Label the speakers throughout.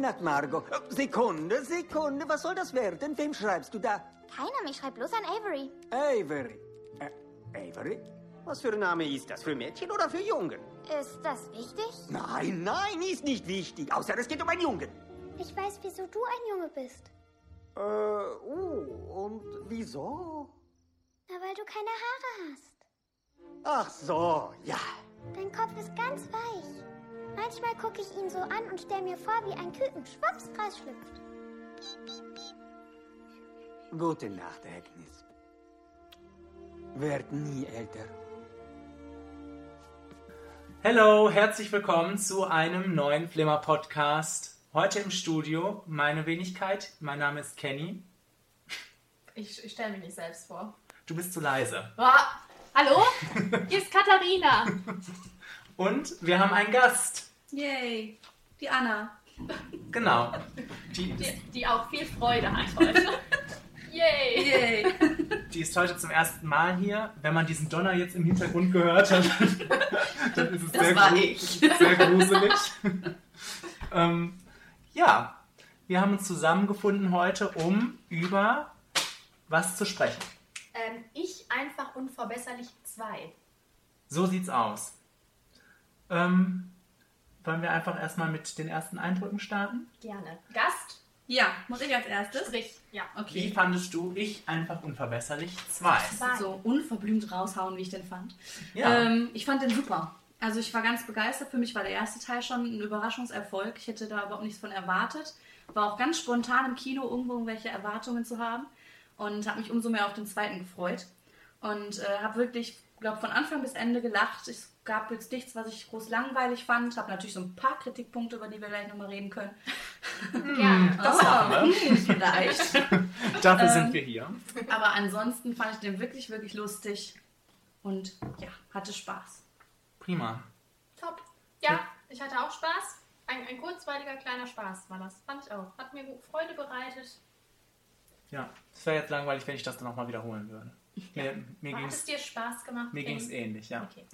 Speaker 1: Wert, Margot. Sekunde, Sekunde, was soll das werden? Wem schreibst du da?
Speaker 2: Keiner, ich schreibe bloß an Avery.
Speaker 1: Avery. Äh, Avery? Was für ein Name ist das? Für Mädchen oder für Jungen?
Speaker 2: Ist das wichtig?
Speaker 1: Nein, nein, ist nicht wichtig. Außer es geht um einen Jungen.
Speaker 3: Ich weiß, wieso du ein Junge bist.
Speaker 1: Äh, oh, und wieso?
Speaker 3: Na, weil du keine Haare hast.
Speaker 1: Ach so, ja.
Speaker 3: Dein Kopf ist ganz weich. Manchmal gucke ich ihn so an und stelle mir vor, wie ein Küken schwupps rausschlüpft.
Speaker 1: Gute Nacht, Agnes. Werd nie älter.
Speaker 4: Hello, herzlich willkommen zu einem neuen Flimmer Podcast. Heute im Studio meine Wenigkeit. Mein Name ist Kenny.
Speaker 5: Ich, ich stelle mich nicht selbst vor.
Speaker 4: Du bist zu leise.
Speaker 5: Ah, hallo? Hier ist Katharina.
Speaker 4: Und wir haben einen Gast.
Speaker 6: Yay, die Anna.
Speaker 4: Genau. Die,
Speaker 5: Die, die auch viel Freude hat heute. Yay!
Speaker 6: Yay.
Speaker 4: die ist heute zum ersten Mal hier. Wenn man diesen Donner jetzt im Hintergrund gehört hat, dann ist es
Speaker 6: Das
Speaker 4: sehr,
Speaker 6: war
Speaker 4: gru-
Speaker 6: ich.
Speaker 4: sehr gruselig. ähm, ja, wir haben uns zusammengefunden heute, um über was zu sprechen.
Speaker 5: Ähm, ich einfach unverbesserlich 2.
Speaker 4: So sieht's aus. Ähm, wollen wir einfach erstmal mit den ersten Eindrücken starten?
Speaker 5: Gerne. Gast,
Speaker 6: Ja, muss ich als erstes?
Speaker 5: Strich. Ja.
Speaker 4: Wie
Speaker 6: Okay.
Speaker 4: fandest du ich einfach unverbesserlich 2?
Speaker 5: Zwei.
Speaker 6: So unverblümt raushauen, wie ich den fand.
Speaker 4: Ja.
Speaker 6: Ähm, ich fand den super. Also ich war ganz begeistert. Für mich war der erste Teil schon ein Überraschungserfolg. Ich hätte da überhaupt nichts von erwartet. War auch ganz spontan im Kino, irgendwo irgendwelche Erwartungen zu haben. Und habe mich umso mehr auf den zweiten gefreut. Und äh, habe wirklich, glaube von Anfang bis Ende gelacht. Es gab jetzt nichts, was ich groß langweilig fand. Habe natürlich so ein paar Kritikpunkte, über die wir gleich nochmal reden können.
Speaker 4: Hm.
Speaker 5: Gerne.
Speaker 6: Das haben wir. Vielleicht.
Speaker 4: Dafür sind wir hier.
Speaker 6: Aber ansonsten fand ich den wirklich, wirklich lustig und ja, hatte Spaß.
Speaker 4: Prima.
Speaker 5: Top. Ja, ich hatte auch Spaß. Ein, ein kurzweiliger kleiner Spaß war das. Fand ich auch. Hat mir gut Freude bereitet.
Speaker 4: Ja. Es wäre jetzt langweilig, wenn ich das dann nochmal wiederholen würde. Mir, mir
Speaker 5: Hat
Speaker 4: ging's
Speaker 5: es dir Spaß gemacht?
Speaker 4: mir ging's eh.
Speaker 5: Kenny?
Speaker 4: ähnlich, ja.
Speaker 5: Okay.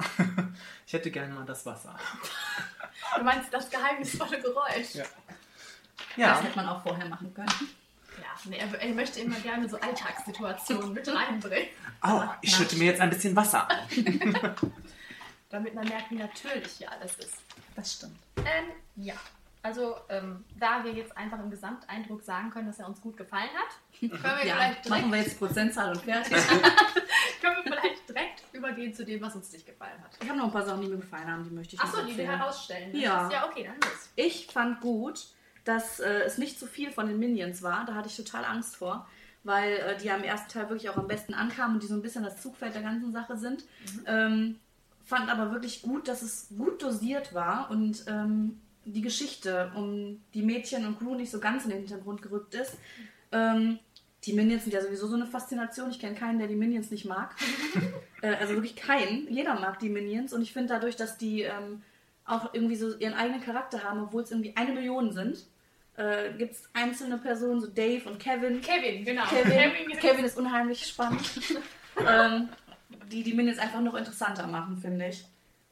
Speaker 4: Ich hätte gerne mal das Wasser.
Speaker 5: Du meinst das geheimnisvolle Geräusch.
Speaker 4: Ja.
Speaker 5: Ja.
Speaker 6: Das
Speaker 4: Ja,
Speaker 6: hätte man auch vorher machen können.
Speaker 5: nee, er, er möchte immer gerne so Alltagssituationen mit reinbringen.
Speaker 4: oh, ich schütte mir jetzt ein bisschen Wasser auf.
Speaker 5: Damit man merkt, wie natürlich hier alles ist.
Speaker 6: Das stimmt.
Speaker 5: Ähm, ja. Also, ähm, da wir jetzt einfach im Gesamteindruck sagen können, dass er uns gut gefallen hat, können wir,
Speaker 6: Ja,
Speaker 5: vielleicht, direkt,
Speaker 6: machen wir jetzt Prozentzahl und fertig.
Speaker 5: können wir vielleicht direkt übergehen zu dem, was uns nicht gefallen hat.
Speaker 6: Ich habe noch ein paar Sachen, die mir gefallen haben, die möchte ich noch
Speaker 5: Achso, die wir
Speaker 6: erzählen.
Speaker 5: herausstellen.
Speaker 6: Ja.
Speaker 5: Ja, okay, dann los.
Speaker 6: Ich fand gut, dass äh, es nicht zu viel von den Minions war. Da hatte ich total Angst vor, weil äh, die ja im ersten Teil wirklich auch am besten ankamen und die so ein bisschen das Zugfeld der ganzen Sache sind.
Speaker 5: Mhm.
Speaker 6: Ähm, fand aber wirklich gut, dass es gut dosiert war und ähm, die Geschichte um die Mädchen und Crew nicht so ganz in den Hintergrund gerückt ist. Ähm, die Minions sind ja sowieso so eine Faszination. Ich kenne keinen, der die Minions nicht mag. Äh, also wirklich keinen. Jeder mag die Minions. Und ich finde dadurch, dass die ähm, auch irgendwie so ihren eigenen Charakter haben, obwohl es irgendwie eine Million sind, äh, gibt es einzelne Personen, so Dave und Kevin.
Speaker 5: Kevin, genau.
Speaker 6: Kevin, Kevin ist unheimlich spannend. ähm, die die Minions einfach noch interessanter machen, finde ich.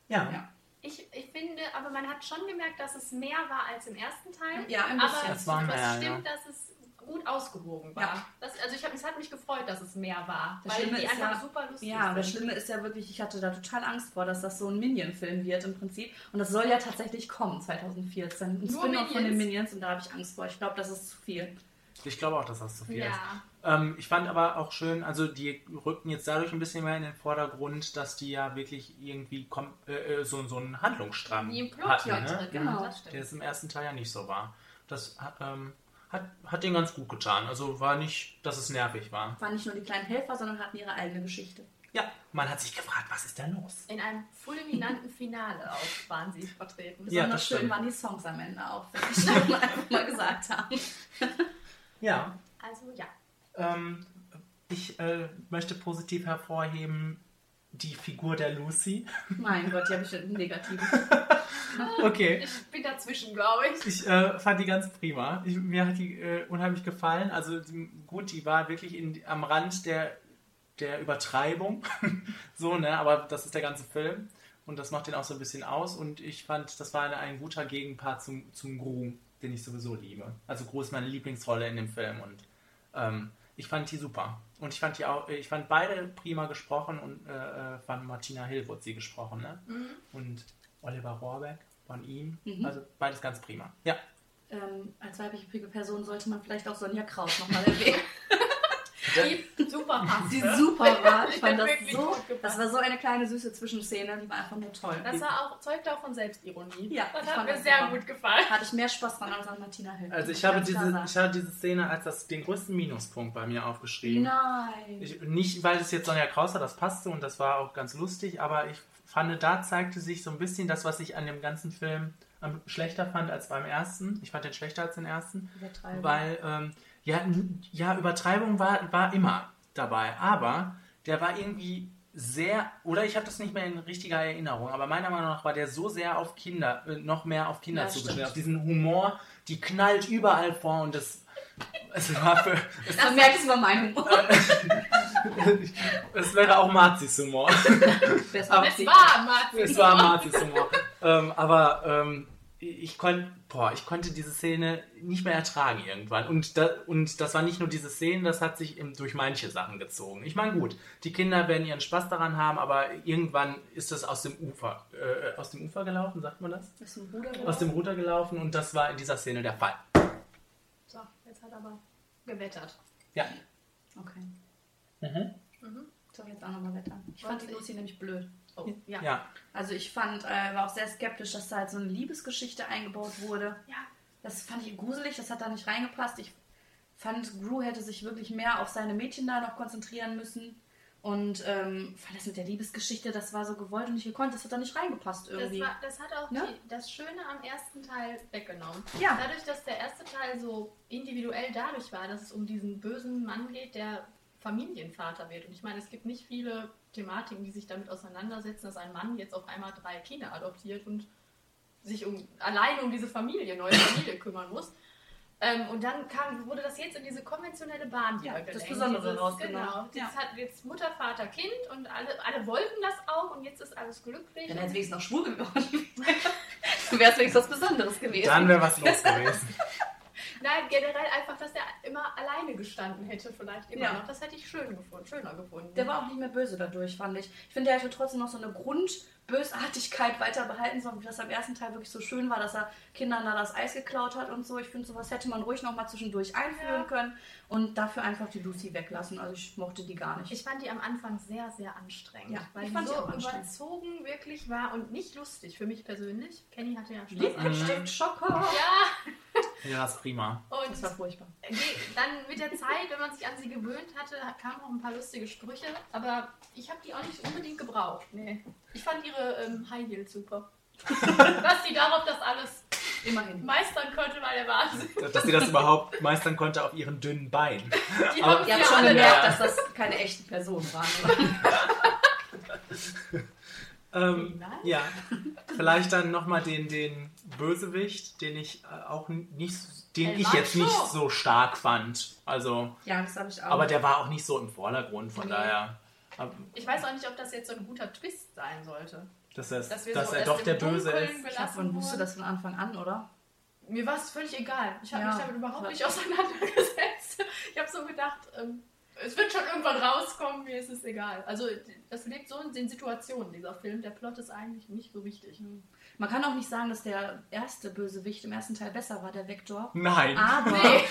Speaker 4: Ja,
Speaker 6: Ja.
Speaker 5: Ich, ich finde, aber man hat schon gemerkt, dass es mehr war als im ersten Teil.
Speaker 6: Ja, ein bisschen.
Speaker 5: Aber
Speaker 4: Es war mehr,
Speaker 5: es stimmt, dass es gut ausgewogen war.
Speaker 6: Ja.
Speaker 5: Das, also ich hab, es hat mich gefreut, dass es mehr war,
Speaker 6: Das
Speaker 5: weil
Speaker 6: Schlimme
Speaker 5: die
Speaker 6: ist
Speaker 5: einfach
Speaker 6: ja-
Speaker 5: super lustig
Speaker 6: Ja, und das
Speaker 5: sind.
Speaker 6: Schlimme ist ja wirklich, ich hatte da total Angst vor, dass das so ein Minion-Film wird im Prinzip. Und das soll ja tatsächlich kommen, 2014. Ein
Speaker 5: Nur
Speaker 6: Spin-off von
Speaker 5: Minions?
Speaker 6: den Minions und da habe ich Angst vor. Ich glaube, das ist zu viel.
Speaker 4: ich glaube auch, dass das zu viel ist.
Speaker 5: Ja,
Speaker 4: Ähm, ich fand aber auch schön, also die rückten jetzt dadurch ein bisschen mehr in den Vordergrund, dass die ja wirklich irgendwie kom äh, äh, so, so einen Handlungsstrang
Speaker 5: wie im halt. Plot
Speaker 4: hatten,
Speaker 5: hier
Speaker 4: ne?
Speaker 5: drin.
Speaker 6: Genau.
Speaker 5: Das
Speaker 4: der
Speaker 5: stimmt.
Speaker 4: es im ersten Teil ja nicht so war. Das hat, ähm, hat, hat den ganz gut getan. Also war nicht, dass es nervig war.
Speaker 6: Waren nicht nur die kleinen Helfer, sondern hatten ihre eigene Geschichte.
Speaker 4: Ja, man hat sich gefragt, was ist da los?
Speaker 5: In einem fulminanten Finale auch waren sie vertreten.
Speaker 4: Ja,
Speaker 6: Besonders
Speaker 4: das
Speaker 6: schön
Speaker 4: stimmt.
Speaker 6: waren die Songs am Ende auch, wenn ich das mal einfach mal gesagt habe.
Speaker 4: Ja,
Speaker 5: Also ja.
Speaker 4: ähm, ich äh, möchte positiv hervorheben die Figur der Lucy.
Speaker 6: Mein Gott, die habe ich schon negativ.
Speaker 4: Okay.
Speaker 5: Ich bin dazwischen, glaube ich.
Speaker 4: Ich äh, fand die ganz prima. Ich, mir hat die äh, unheimlich gefallen. Also die, gut, die war wirklich in, am Rand der, der Übertreibung. so, ne? Aber das ist der ganze Film. Und das macht den auch so ein bisschen aus. Und ich fand, das war ein, ein guter Gegenpart zum, zum Gru. den ich sowieso liebe. Also Groß meine Lieblingsrolle in dem Film und ähm, ich fand die super. Und ich fand die auch, ich fand beide prima gesprochen und äh, äh, von Martina Hill wurde sie gesprochen, ne? Und Oliver Rohrbeck von ihm. Also beides ganz prima. Ja.
Speaker 6: Ähm, als weibliche Person sollte man vielleicht auch Sonja Kraus nochmal erwähnen.
Speaker 5: Die super passt.
Speaker 6: Die super war. Ich
Speaker 5: Die
Speaker 6: fand
Speaker 5: hat
Speaker 6: das
Speaker 5: ne? wirklich
Speaker 6: so.
Speaker 5: gut gepasst.
Speaker 6: Das war so eine kleine süße Zwischenszene, die war einfach nur toll.
Speaker 5: Das war auch, zeugte auch von Selbstironie.
Speaker 6: Ja, ich
Speaker 5: das hat
Speaker 6: fand
Speaker 5: mir
Speaker 6: das
Speaker 5: sehr
Speaker 6: super.
Speaker 5: gut gefallen.
Speaker 6: Hatte ich mehr Spaß dran als an Martina Hill.
Speaker 4: Also ich habe,
Speaker 6: Ganz klar
Speaker 4: diese,
Speaker 6: sagen.
Speaker 4: ich habe diese Szene als das, den größten Minuspunkt bei mir aufgeschrieben.
Speaker 6: Genau. Nein.
Speaker 4: Ich, nicht, weil es jetzt Sonja Kraus war, das passte und das war auch ganz lustig, aber ich fand, da zeigte sich so ein bisschen das, was ich an dem ganzen Film am schlechter fand als beim ersten. Ich fand den schlechter als den ersten,
Speaker 6: Übertreibung.
Speaker 4: weil ähm, ja, n- ja, Übertreibung war, war immer dabei, aber der war irgendwie sehr, oder ich habe das nicht mehr in richtiger Erinnerung, aber meiner Meinung nach war der so sehr auf Kinder, äh, noch mehr auf Kinder
Speaker 6: Ja,
Speaker 4: zugeschnitten,
Speaker 6: stimmt.
Speaker 4: auf diesen Humor, die knallt überall vor und das, es war für, es
Speaker 6: Das merkst du bei meinem Humor.
Speaker 4: es wäre auch Marzis Humor.
Speaker 6: Besser
Speaker 5: Es war,
Speaker 4: Es
Speaker 5: Martin.
Speaker 4: war Marzis Humor. ähm, aber ähm, ich, konnte, boah, ich konnte diese Szene nicht mehr ertragen irgendwann. Und, da, und das war nicht nur diese Szene, das hat sich im, durch manche Sachen gezogen. Ich meine, gut, die Kinder werden ihren Spaß daran haben, aber irgendwann ist das aus dem Ufer, äh, aus dem Ufer gelaufen, sagt man das?
Speaker 6: Ist ein Bruder
Speaker 4: Aus dem Ruder gelaufen und das war in dieser Szene der Fall.
Speaker 5: So, jetzt hat aber gewettert.
Speaker 4: Ja.
Speaker 6: Okay.
Speaker 4: Mhm.
Speaker 6: So, jetzt auch nochmal Wetter. Ich
Speaker 5: fand
Speaker 6: fand
Speaker 5: die
Speaker 6: die Lucy nämlich blöd.
Speaker 5: Oh, ja.
Speaker 4: Ja.
Speaker 6: Also ich fand, äh, war auch sehr skeptisch, dass da halt so eine Liebesgeschichte eingebaut wurde.
Speaker 5: Ja.
Speaker 6: Das fand ich gruselig, das hat da nicht reingepasst. Ich fand, Gru hätte sich wirklich mehr auf seine Mädchen da noch konzentrieren müssen. Und ähm, fand das mit der Liebesgeschichte, das war so gewollt und nicht gekonnt, das hat da nicht reingepasst
Speaker 5: Das,
Speaker 6: irgendwie.
Speaker 5: war, das hat auch
Speaker 6: Ne?
Speaker 5: die, das Schöne am ersten Teil weggenommen.
Speaker 6: Ja.
Speaker 5: Dadurch, dass der erste Teil so individuell dadurch war, dass es um diesen bösen Mann geht, der Familienvater wird. Und ich meine, es gibt nicht viele Thematiken, die sich damit auseinandersetzen, dass ein Mann jetzt auf einmal drei Kinder adoptiert und sich um, alleine um diese Familie, neue Familie kümmern muss. Ähm, und dann kam, wurde das jetzt in diese konventionelle Bahn
Speaker 6: Ja,
Speaker 5: wieder
Speaker 6: das
Speaker 5: gelenkt.
Speaker 6: Besondere
Speaker 5: Dieses-
Speaker 6: rausgenommen.
Speaker 5: Genau.
Speaker 6: Ja.
Speaker 5: Jetzt hat jetzt Mutter, Vater, Kind und alle, alle wollten das auch und jetzt ist alles glücklich.
Speaker 6: Wenn
Speaker 5: und
Speaker 6: er jetzt wenigstens noch schwul geworden wäre, wäre es wenigstens was Besonderes gewesen.
Speaker 4: Dann wäre was los gewesen.
Speaker 5: Nein, generell einfach, dass er immer alleine gestanden hätte, vielleicht immer
Speaker 6: Ja.
Speaker 5: noch. Das hätte ich schön gefunden, schöner gefunden.
Speaker 6: Der war auch nicht mehr böse dadurch, fand ich. Ich finde, der hätte trotzdem noch so eine Grundbösartigkeit weiter behalten sollen, wie das am ersten Teil wirklich so schön war, dass er Kindern da das Eis geklaut hat und so. Ich finde, sowas hätte man ruhig noch mal zwischendurch einführen
Speaker 5: Ja.
Speaker 6: können und dafür einfach die Lucy weglassen. Also ich mochte die gar nicht.
Speaker 5: ich fand die am Anfang sehr, sehr anstrengend,
Speaker 6: Ja,
Speaker 5: weil
Speaker 6: ich
Speaker 5: die
Speaker 6: fand die
Speaker 5: so
Speaker 6: auch anstrengend.
Speaker 5: überzogen wirklich war und nicht lustig für mich persönlich. Kenny hatte ja
Speaker 6: Lies
Speaker 5: schon.
Speaker 6: ein Stift, Schocker.
Speaker 5: Ja,
Speaker 4: Ja, ist prima.
Speaker 6: Das
Speaker 5: und
Speaker 6: war furchtbar.
Speaker 5: die- dann mit der Zeit, wenn man sich an sie gewöhnt hatte, kamen auch ein paar lustige Sprüche, aber ich habe die auch nicht unbedingt gebraucht. Nee. Ich fand ihre ähm, High Heels super. Dass sie darauf das alles
Speaker 6: Immerhin.
Speaker 5: meistern konnte, war der Wahnsinn.
Speaker 4: Dass sie das überhaupt meistern konnte auf ihren dünnen Beinen.
Speaker 5: Die
Speaker 4: Aber-
Speaker 5: haben
Speaker 6: Ihr habt
Speaker 5: ja
Speaker 6: schon
Speaker 5: alle
Speaker 6: gemerkt, dass das keine echten Personen waren. Oder?
Speaker 4: Ähm,
Speaker 5: Nein.
Speaker 4: ja, vielleicht dann nochmal den, den Bösewicht, den ich äh, auch n- nicht, s- den
Speaker 5: El
Speaker 4: ich jetzt
Speaker 5: Macho.
Speaker 4: nicht so stark fand. Also,
Speaker 6: Ja, das habe ich auch.
Speaker 4: aber der war auch nicht so im Vordergrund, von
Speaker 5: Nee.
Speaker 4: daher. Aber
Speaker 5: Ich weiß auch nicht, ob das jetzt so ein guter Twist sein sollte.
Speaker 4: Dass, er-
Speaker 5: Dass wir
Speaker 4: dass
Speaker 5: so
Speaker 4: er
Speaker 5: erst
Speaker 4: doch
Speaker 5: im
Speaker 4: der Böse
Speaker 5: Dunkeln
Speaker 4: ist.
Speaker 6: ich glaube,
Speaker 5: belassen
Speaker 6: man wusste
Speaker 5: wurden.
Speaker 6: das von Anfang an, oder?
Speaker 5: Mir war es völlig egal. Ich habe
Speaker 6: Ja.
Speaker 5: mich damit überhaupt nicht auseinandergesetzt. Ich habe so gedacht, ähm, es wird schon irgendwann rauskommen, mir ist es egal. Also das lebt so in den Situationen, dieser Film. Der Plot ist eigentlich nicht so wichtig.
Speaker 6: Man kann auch nicht sagen, dass der erste Bösewicht im ersten Teil besser war, der Vektor.
Speaker 4: Nein.
Speaker 6: Aber
Speaker 5: Nee.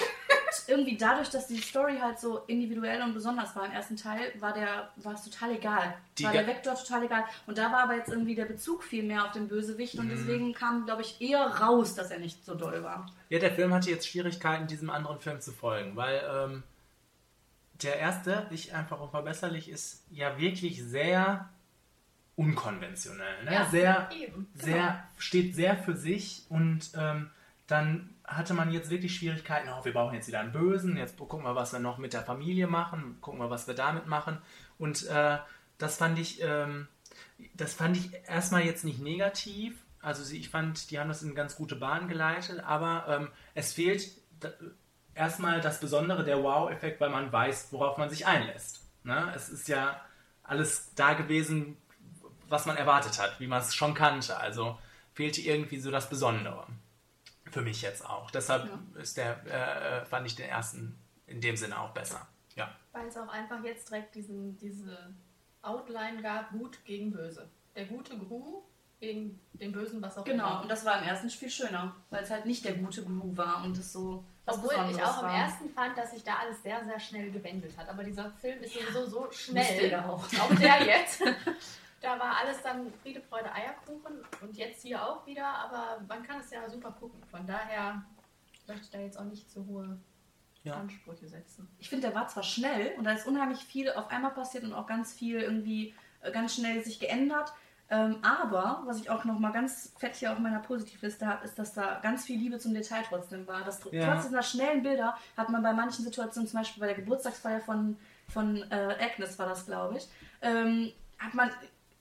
Speaker 6: irgendwie dadurch, dass die Story halt so individuell und besonders war im ersten Teil, war der war es total egal.
Speaker 4: Die
Speaker 6: war
Speaker 4: ge-
Speaker 6: der Vektor total egal. Und da war aber jetzt irgendwie der Bezug viel mehr auf den Bösewicht
Speaker 4: Mhm.
Speaker 6: und deswegen kam, glaube ich, eher raus, dass er nicht so doll war.
Speaker 4: Ja, der Film hatte jetzt Schwierigkeiten, diesem anderen Film zu folgen, weil ähm, der erste, ich einfach unverbesserlich, ist ja wirklich sehr unkonventionell. Ne?
Speaker 5: Ja,
Speaker 4: sehr,
Speaker 5: eben,
Speaker 4: sehr steht sehr für sich und ähm, dann hatte man jetzt wirklich Schwierigkeiten, oh, wir brauchen jetzt wieder einen Bösen, jetzt gucken wir, was wir noch mit der Familie machen, gucken wir, was wir damit machen. Und äh, das fand ich, ähm, das fand ich erstmal jetzt nicht negativ. Also sie, ich fand, die haben das in ganz gute Bahn geleitet, aber ähm, es fehlt d- erstmal das Besondere, der Wow-Effekt, weil man weiß, worauf man sich einlässt. Ne? Es ist ja alles da gewesen, was man erwartet hat, wie man es schon kannte. Also fehlte irgendwie so das Besondere. Für mich jetzt auch. Deshalb ist der, äh, fand ich den ersten in dem Sinne auch besser. Ja.
Speaker 5: Weil es auch einfach jetzt direkt diesen, diese Outline gab, gut gegen böse. Der gute Gru gegen den bösen, was auch
Speaker 6: Genau,
Speaker 5: immer.
Speaker 6: und das war im ersten Spiel schöner, weil es halt nicht der gute Guru war und es so was
Speaker 5: Obwohl ich
Speaker 6: Besonderes
Speaker 5: auch im
Speaker 6: war.
Speaker 5: ersten fand, dass sich da alles sehr, sehr schnell gewendelt hat. Aber dieser Film ist sowieso so
Speaker 6: Musste
Speaker 5: schnell.
Speaker 6: der auch.
Speaker 5: Auch der jetzt. Da war alles dann Friede, Freude, Eierkuchen und jetzt hier auch wieder, aber man kann es ja super gucken. Von daher möchte ich da jetzt auch nicht zu hohe
Speaker 4: Ja.
Speaker 5: Ansprüche setzen.
Speaker 6: Ich finde, der war zwar schnell und da ist unheimlich viel auf einmal passiert und auch ganz viel irgendwie äh, ganz schnell sich geändert. Ähm, aber was ich auch nochmal ganz fett hier auf meiner Positivliste habe, ist, dass da ganz viel Liebe zum Detail trotzdem war. Dass tr-
Speaker 4: Ja.
Speaker 6: Trotz dieser schnellen Bilder hat man bei manchen Situationen, zum Beispiel bei der Geburtstagsfeier von, von äh, Agnes war das, glaube ich, ähm, hat man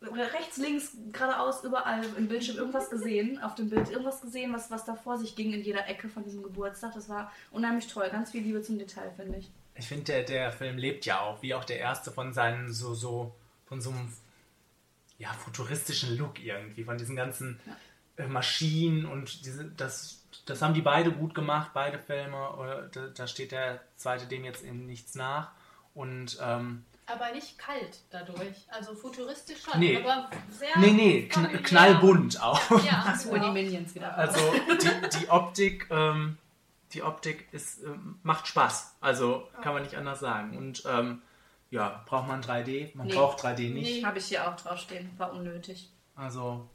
Speaker 6: rechts, links, geradeaus, überall im Bildschirm irgendwas gesehen, auf dem Bild irgendwas gesehen, was, was da vor sich ging in jeder Ecke von diesem Geburtstag. Das war unheimlich toll. Ganz viel Liebe zum Detail, finde ich.
Speaker 4: Ich finde, der, der Film lebt ja auch, wie auch der erste, von seinen so, so, von so einem ja, futuristischen Look irgendwie, von diesen ganzen äh, Maschinen und diese, das, das haben die beide gut gemacht, beide Filme. Oder da, da steht der zweite dem jetzt eben nichts nach. Und ähm,
Speaker 5: Aber nicht kalt dadurch. Also futuristisch schon,
Speaker 4: Nee.
Speaker 5: aber sehr.
Speaker 4: nee, nee, kn
Speaker 5: familiär.
Speaker 4: knallbunt auch.
Speaker 5: Ja,
Speaker 6: Ach so, die
Speaker 5: genau.
Speaker 6: Minions wieder.
Speaker 4: Also die, die Optik, ähm, die Optik ist, ähm, macht Spaß. Also kann man nicht anders sagen. Und ähm, ja, braucht man 3D? Man
Speaker 6: Nee.
Speaker 4: braucht 3D nicht.
Speaker 5: Nee.
Speaker 6: Habe ich hier auch draufstehen. War unnötig.
Speaker 4: Also,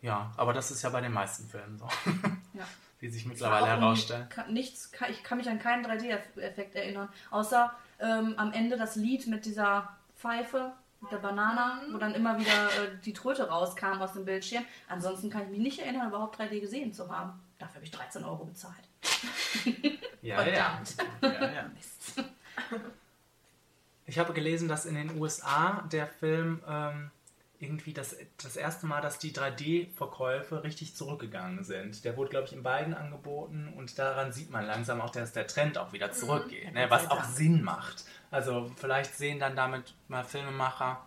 Speaker 4: ja, aber das ist ja bei den meisten Filmen so,
Speaker 6: Ja.
Speaker 4: wie sich
Speaker 6: War
Speaker 4: mittlerweile
Speaker 6: auch
Speaker 4: herausstellen.
Speaker 6: Kann, nichts, kann, ich kann mich an keinen 3D-Effekt erinnern. Außer ähm, am Ende das Lied mit dieser Pfeife, mit der Banane, wo dann immer wieder äh, die Tröte rauskam aus dem Bildschirm. Ansonsten kann ich mich nicht erinnern, überhaupt 3D gesehen zu haben. Dafür habe ich 13 Euro bezahlt.
Speaker 4: Ja, ja. ja, ja.
Speaker 6: Mist.
Speaker 4: Ich habe gelesen, dass in den USA der Film ähm, irgendwie das, das erste Mal, dass die 3D-Verkäufe richtig zurückgegangen sind. Der wurde, glaube ich, in beiden angeboten und daran sieht man langsam auch, dass der Trend auch
Speaker 5: Mhm.
Speaker 4: wieder zurückgeht, ne, was auch Sinn macht. Also vielleicht sehen dann damit mal Filmemacher,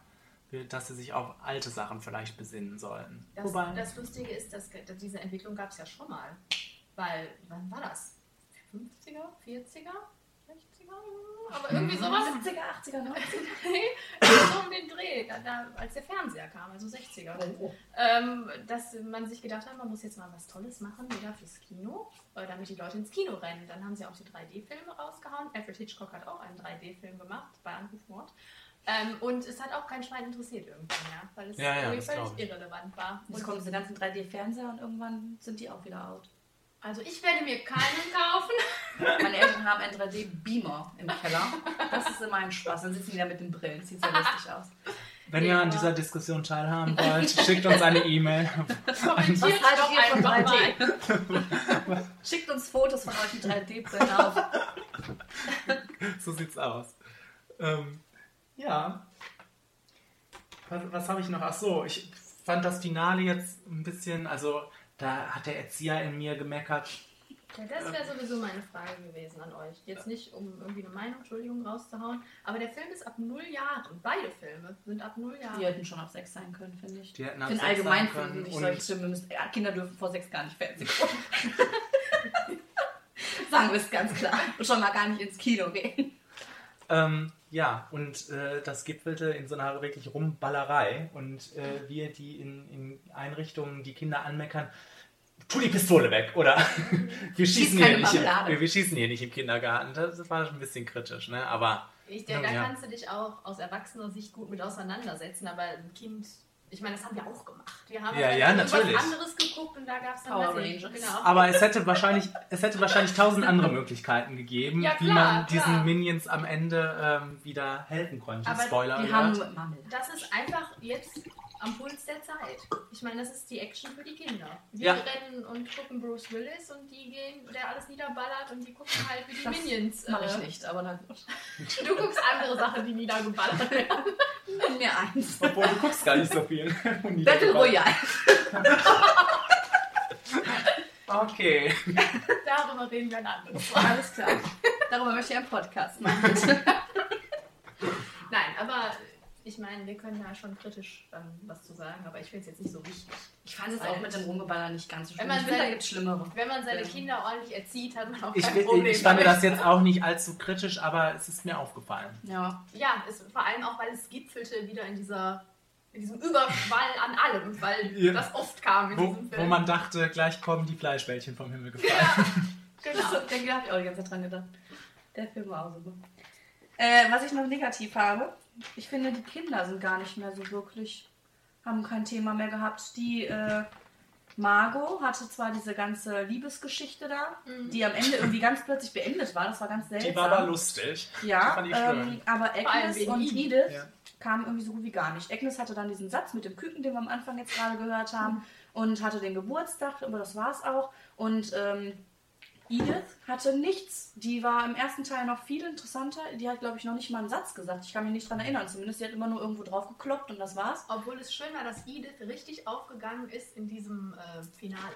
Speaker 4: äh, dass sie sich auf alte Sachen vielleicht besinnen sollten.
Speaker 5: Das, das Lustige ist, dass dass diese Entwicklung gab es ja schon mal. Weil, wann war das? 50er, 40er, 60er? Aber irgendwie
Speaker 4: Mhm.
Speaker 5: sowas.
Speaker 6: 70er, 80er, 90er.
Speaker 5: so um den Dreh, da, da, als der Fernseher kam, also 60er. Ähm, dass man sich gedacht hat, man muss jetzt mal was Tolles machen, wieder fürs Kino, äh, damit die Leute ins Kino rennen. Dann haben sie auch die 3D-Filme rausgehauen. Alfred Hitchcock hat auch einen 3D-Film gemacht bei Anruf Mord. Ähm, und es hat auch kein Schwein interessiert irgendwann, ja, weil es
Speaker 4: Ja, ja,
Speaker 5: irgendwie
Speaker 4: das
Speaker 5: völlig
Speaker 4: glaub ich.
Speaker 5: irrelevant war.
Speaker 6: Jetzt kommen diese ganzen 3D-Fernseher und irgendwann sind die auch wieder out.
Speaker 5: Also ich werde mir keinen kaufen.
Speaker 6: Meine Eltern haben einen 3D-Beamer im Keller. Das ist immer ein Spaß. Dann sitzen die da mit den Brillen. Sieht sehr lustig aus.
Speaker 4: Wenn ihr an dieser Diskussion teilhaben wollt, schickt uns eine E-Mail.
Speaker 5: Kommentiert
Speaker 6: Was haltet
Speaker 5: doch
Speaker 6: ihr von
Speaker 5: einfach mal.
Speaker 6: 3D? Schickt uns Fotos von euch mit 3D-Brillen auf.
Speaker 4: So sieht's aus. Ähm, ja. Was, was habe ich noch? Ach so, ich fand das Finale jetzt ein bisschen, also da hat der Erzieher in mir gemeckert.
Speaker 5: Ja, das wäre sowieso meine Frage gewesen an euch. Jetzt nicht, um irgendwie eine Meinung, Entschuldigung, rauszuhauen, aber der Film ist ab null Jahren. Beide Filme sind ab null Jahren.
Speaker 6: Die hätten schon ab 6 sein können, finde ich.
Speaker 4: Die hätten
Speaker 6: Bin
Speaker 4: ab
Speaker 6: allgemein
Speaker 4: sechs
Speaker 6: allgemein
Speaker 4: sein können
Speaker 6: finden ich
Speaker 4: und-
Speaker 6: solche Filme müssen. Ja, Kinder dürfen vor 6 gar nicht Fernsehen gucken. Sagen wir es ganz klar. Und schon mal gar nicht ins Kino gehen.
Speaker 4: Ähm, ja, und äh, das gipfelte in so einer wirklich Rumballerei. Und äh, wir, die in, in Einrichtungen die Kinder anmeckern, tu die Pistole weg, oder? Wir schießen, hier
Speaker 6: keine
Speaker 4: nicht im,
Speaker 6: Marmelade.
Speaker 4: wir, wir schießen hier nicht im Kindergarten. Das, das war schon ein bisschen kritisch, ne? Aber
Speaker 5: Ich, da
Speaker 4: Ja.
Speaker 5: da kannst du dich auch aus erwachsener Sicht gut mit auseinandersetzen, aber ein Kind, ich meine, das haben wir auch gemacht. Wir haben
Speaker 4: Ja,
Speaker 5: aber
Speaker 4: ja,
Speaker 5: dann
Speaker 4: natürlich.
Speaker 5: was anderes geguckt und da gab es dann
Speaker 6: Power
Speaker 5: weiß ich nicht,
Speaker 6: Rangers.
Speaker 5: Genau.
Speaker 4: Aber es hätte wahrscheinlich, es hätte wahrscheinlich tausend andere Möglichkeiten gegeben,
Speaker 5: Ja,
Speaker 4: wie
Speaker 5: klar,
Speaker 4: man diesen
Speaker 5: klar.
Speaker 4: Minions am Ende ähm, wieder helfen konnte.
Speaker 5: Aber
Speaker 4: Spoiler
Speaker 6: Die haben
Speaker 4: alert.
Speaker 6: Marmelade.
Speaker 5: Das ist einfach jetzt am Puls der Zeit. Ich meine, das ist die Action für die Kinder. Die
Speaker 4: Ja.
Speaker 5: rennen und gucken Bruce Willis und die gehen, der alles niederballert und die gucken halt wie die
Speaker 6: Das
Speaker 5: Minions.
Speaker 6: Mache ich
Speaker 5: äh,
Speaker 6: nicht, aber na gut.
Speaker 5: Du guckst andere Sachen, die niedergeballert werden.
Speaker 6: Nenn mir eins.
Speaker 4: Obwohl du guckst gar nicht so viel.
Speaker 6: Battle Royale.
Speaker 4: Okay.
Speaker 5: Darüber reden wir ein anderes Mal.
Speaker 6: Alles klar. Darüber möchte ich einen Podcast machen.
Speaker 5: Nein, aber ich meine, wir können da schon kritisch ähm, was zu sagen, aber ich finde es jetzt nicht so wichtig.
Speaker 6: Ich fand es auch mit dem Rumgeballer nicht ganz so schlimm.
Speaker 5: Wenn man
Speaker 6: ich finde, da
Speaker 5: sein-
Speaker 6: gibt es Schlimmere.
Speaker 5: Wenn man seine
Speaker 6: Ja.
Speaker 5: Kinder ordentlich erzieht, hat man auch
Speaker 4: Ich,
Speaker 5: kein
Speaker 4: will-
Speaker 5: Problem.
Speaker 4: ich fand mir das
Speaker 5: damit.
Speaker 4: jetzt auch nicht allzu kritisch, aber es ist mir aufgefallen.
Speaker 6: Ja.
Speaker 5: Ja, es, vor allem auch, weil es gipfelte wieder in dieser in diesem Überschwall an allem, weil
Speaker 4: Ja.
Speaker 5: das oft kam in
Speaker 4: Wo,
Speaker 5: diesem Film.
Speaker 4: wo man dachte, gleich kommen die Fleischbällchen vom Himmel gefallen.
Speaker 5: genau.
Speaker 6: Da habe ich auch die ganze Zeit dran gedacht. Der Film war auch super. Äh, was ich noch negativ habe, ich finde, die Kinder sind gar nicht mehr so wirklich, haben kein Thema mehr gehabt. Die äh, Margot hatte zwar diese ganze Liebesgeschichte da, die am Ende irgendwie ganz plötzlich beendet war. Das war ganz seltsam.
Speaker 4: Die war aber lustig. Die
Speaker 6: Ja,
Speaker 4: fand ich schön.
Speaker 6: ähm, aber
Speaker 5: Vor allem
Speaker 6: Agnes
Speaker 5: wegen
Speaker 6: und
Speaker 5: ihm.
Speaker 6: Edith
Speaker 4: Ja.
Speaker 6: kamen irgendwie so gut wie gar nicht. Agnes hatte dann diesen Satz mit dem Küken, den wir am Anfang jetzt gerade gehört haben,
Speaker 5: Mhm.
Speaker 6: und hatte den Geburtstag, aber das war's auch. Und ähm, Edith hatte nichts. Die war im ersten Teil noch viel interessanter. Die hat, glaube ich, noch nicht mal einen Satz gesagt. Ich kann mich nicht dran erinnern. Zumindest sie hat immer nur irgendwo drauf gekloppt und das war's.
Speaker 5: Obwohl es schön war, dass Edith richtig aufgegangen ist in diesem äh, Finale.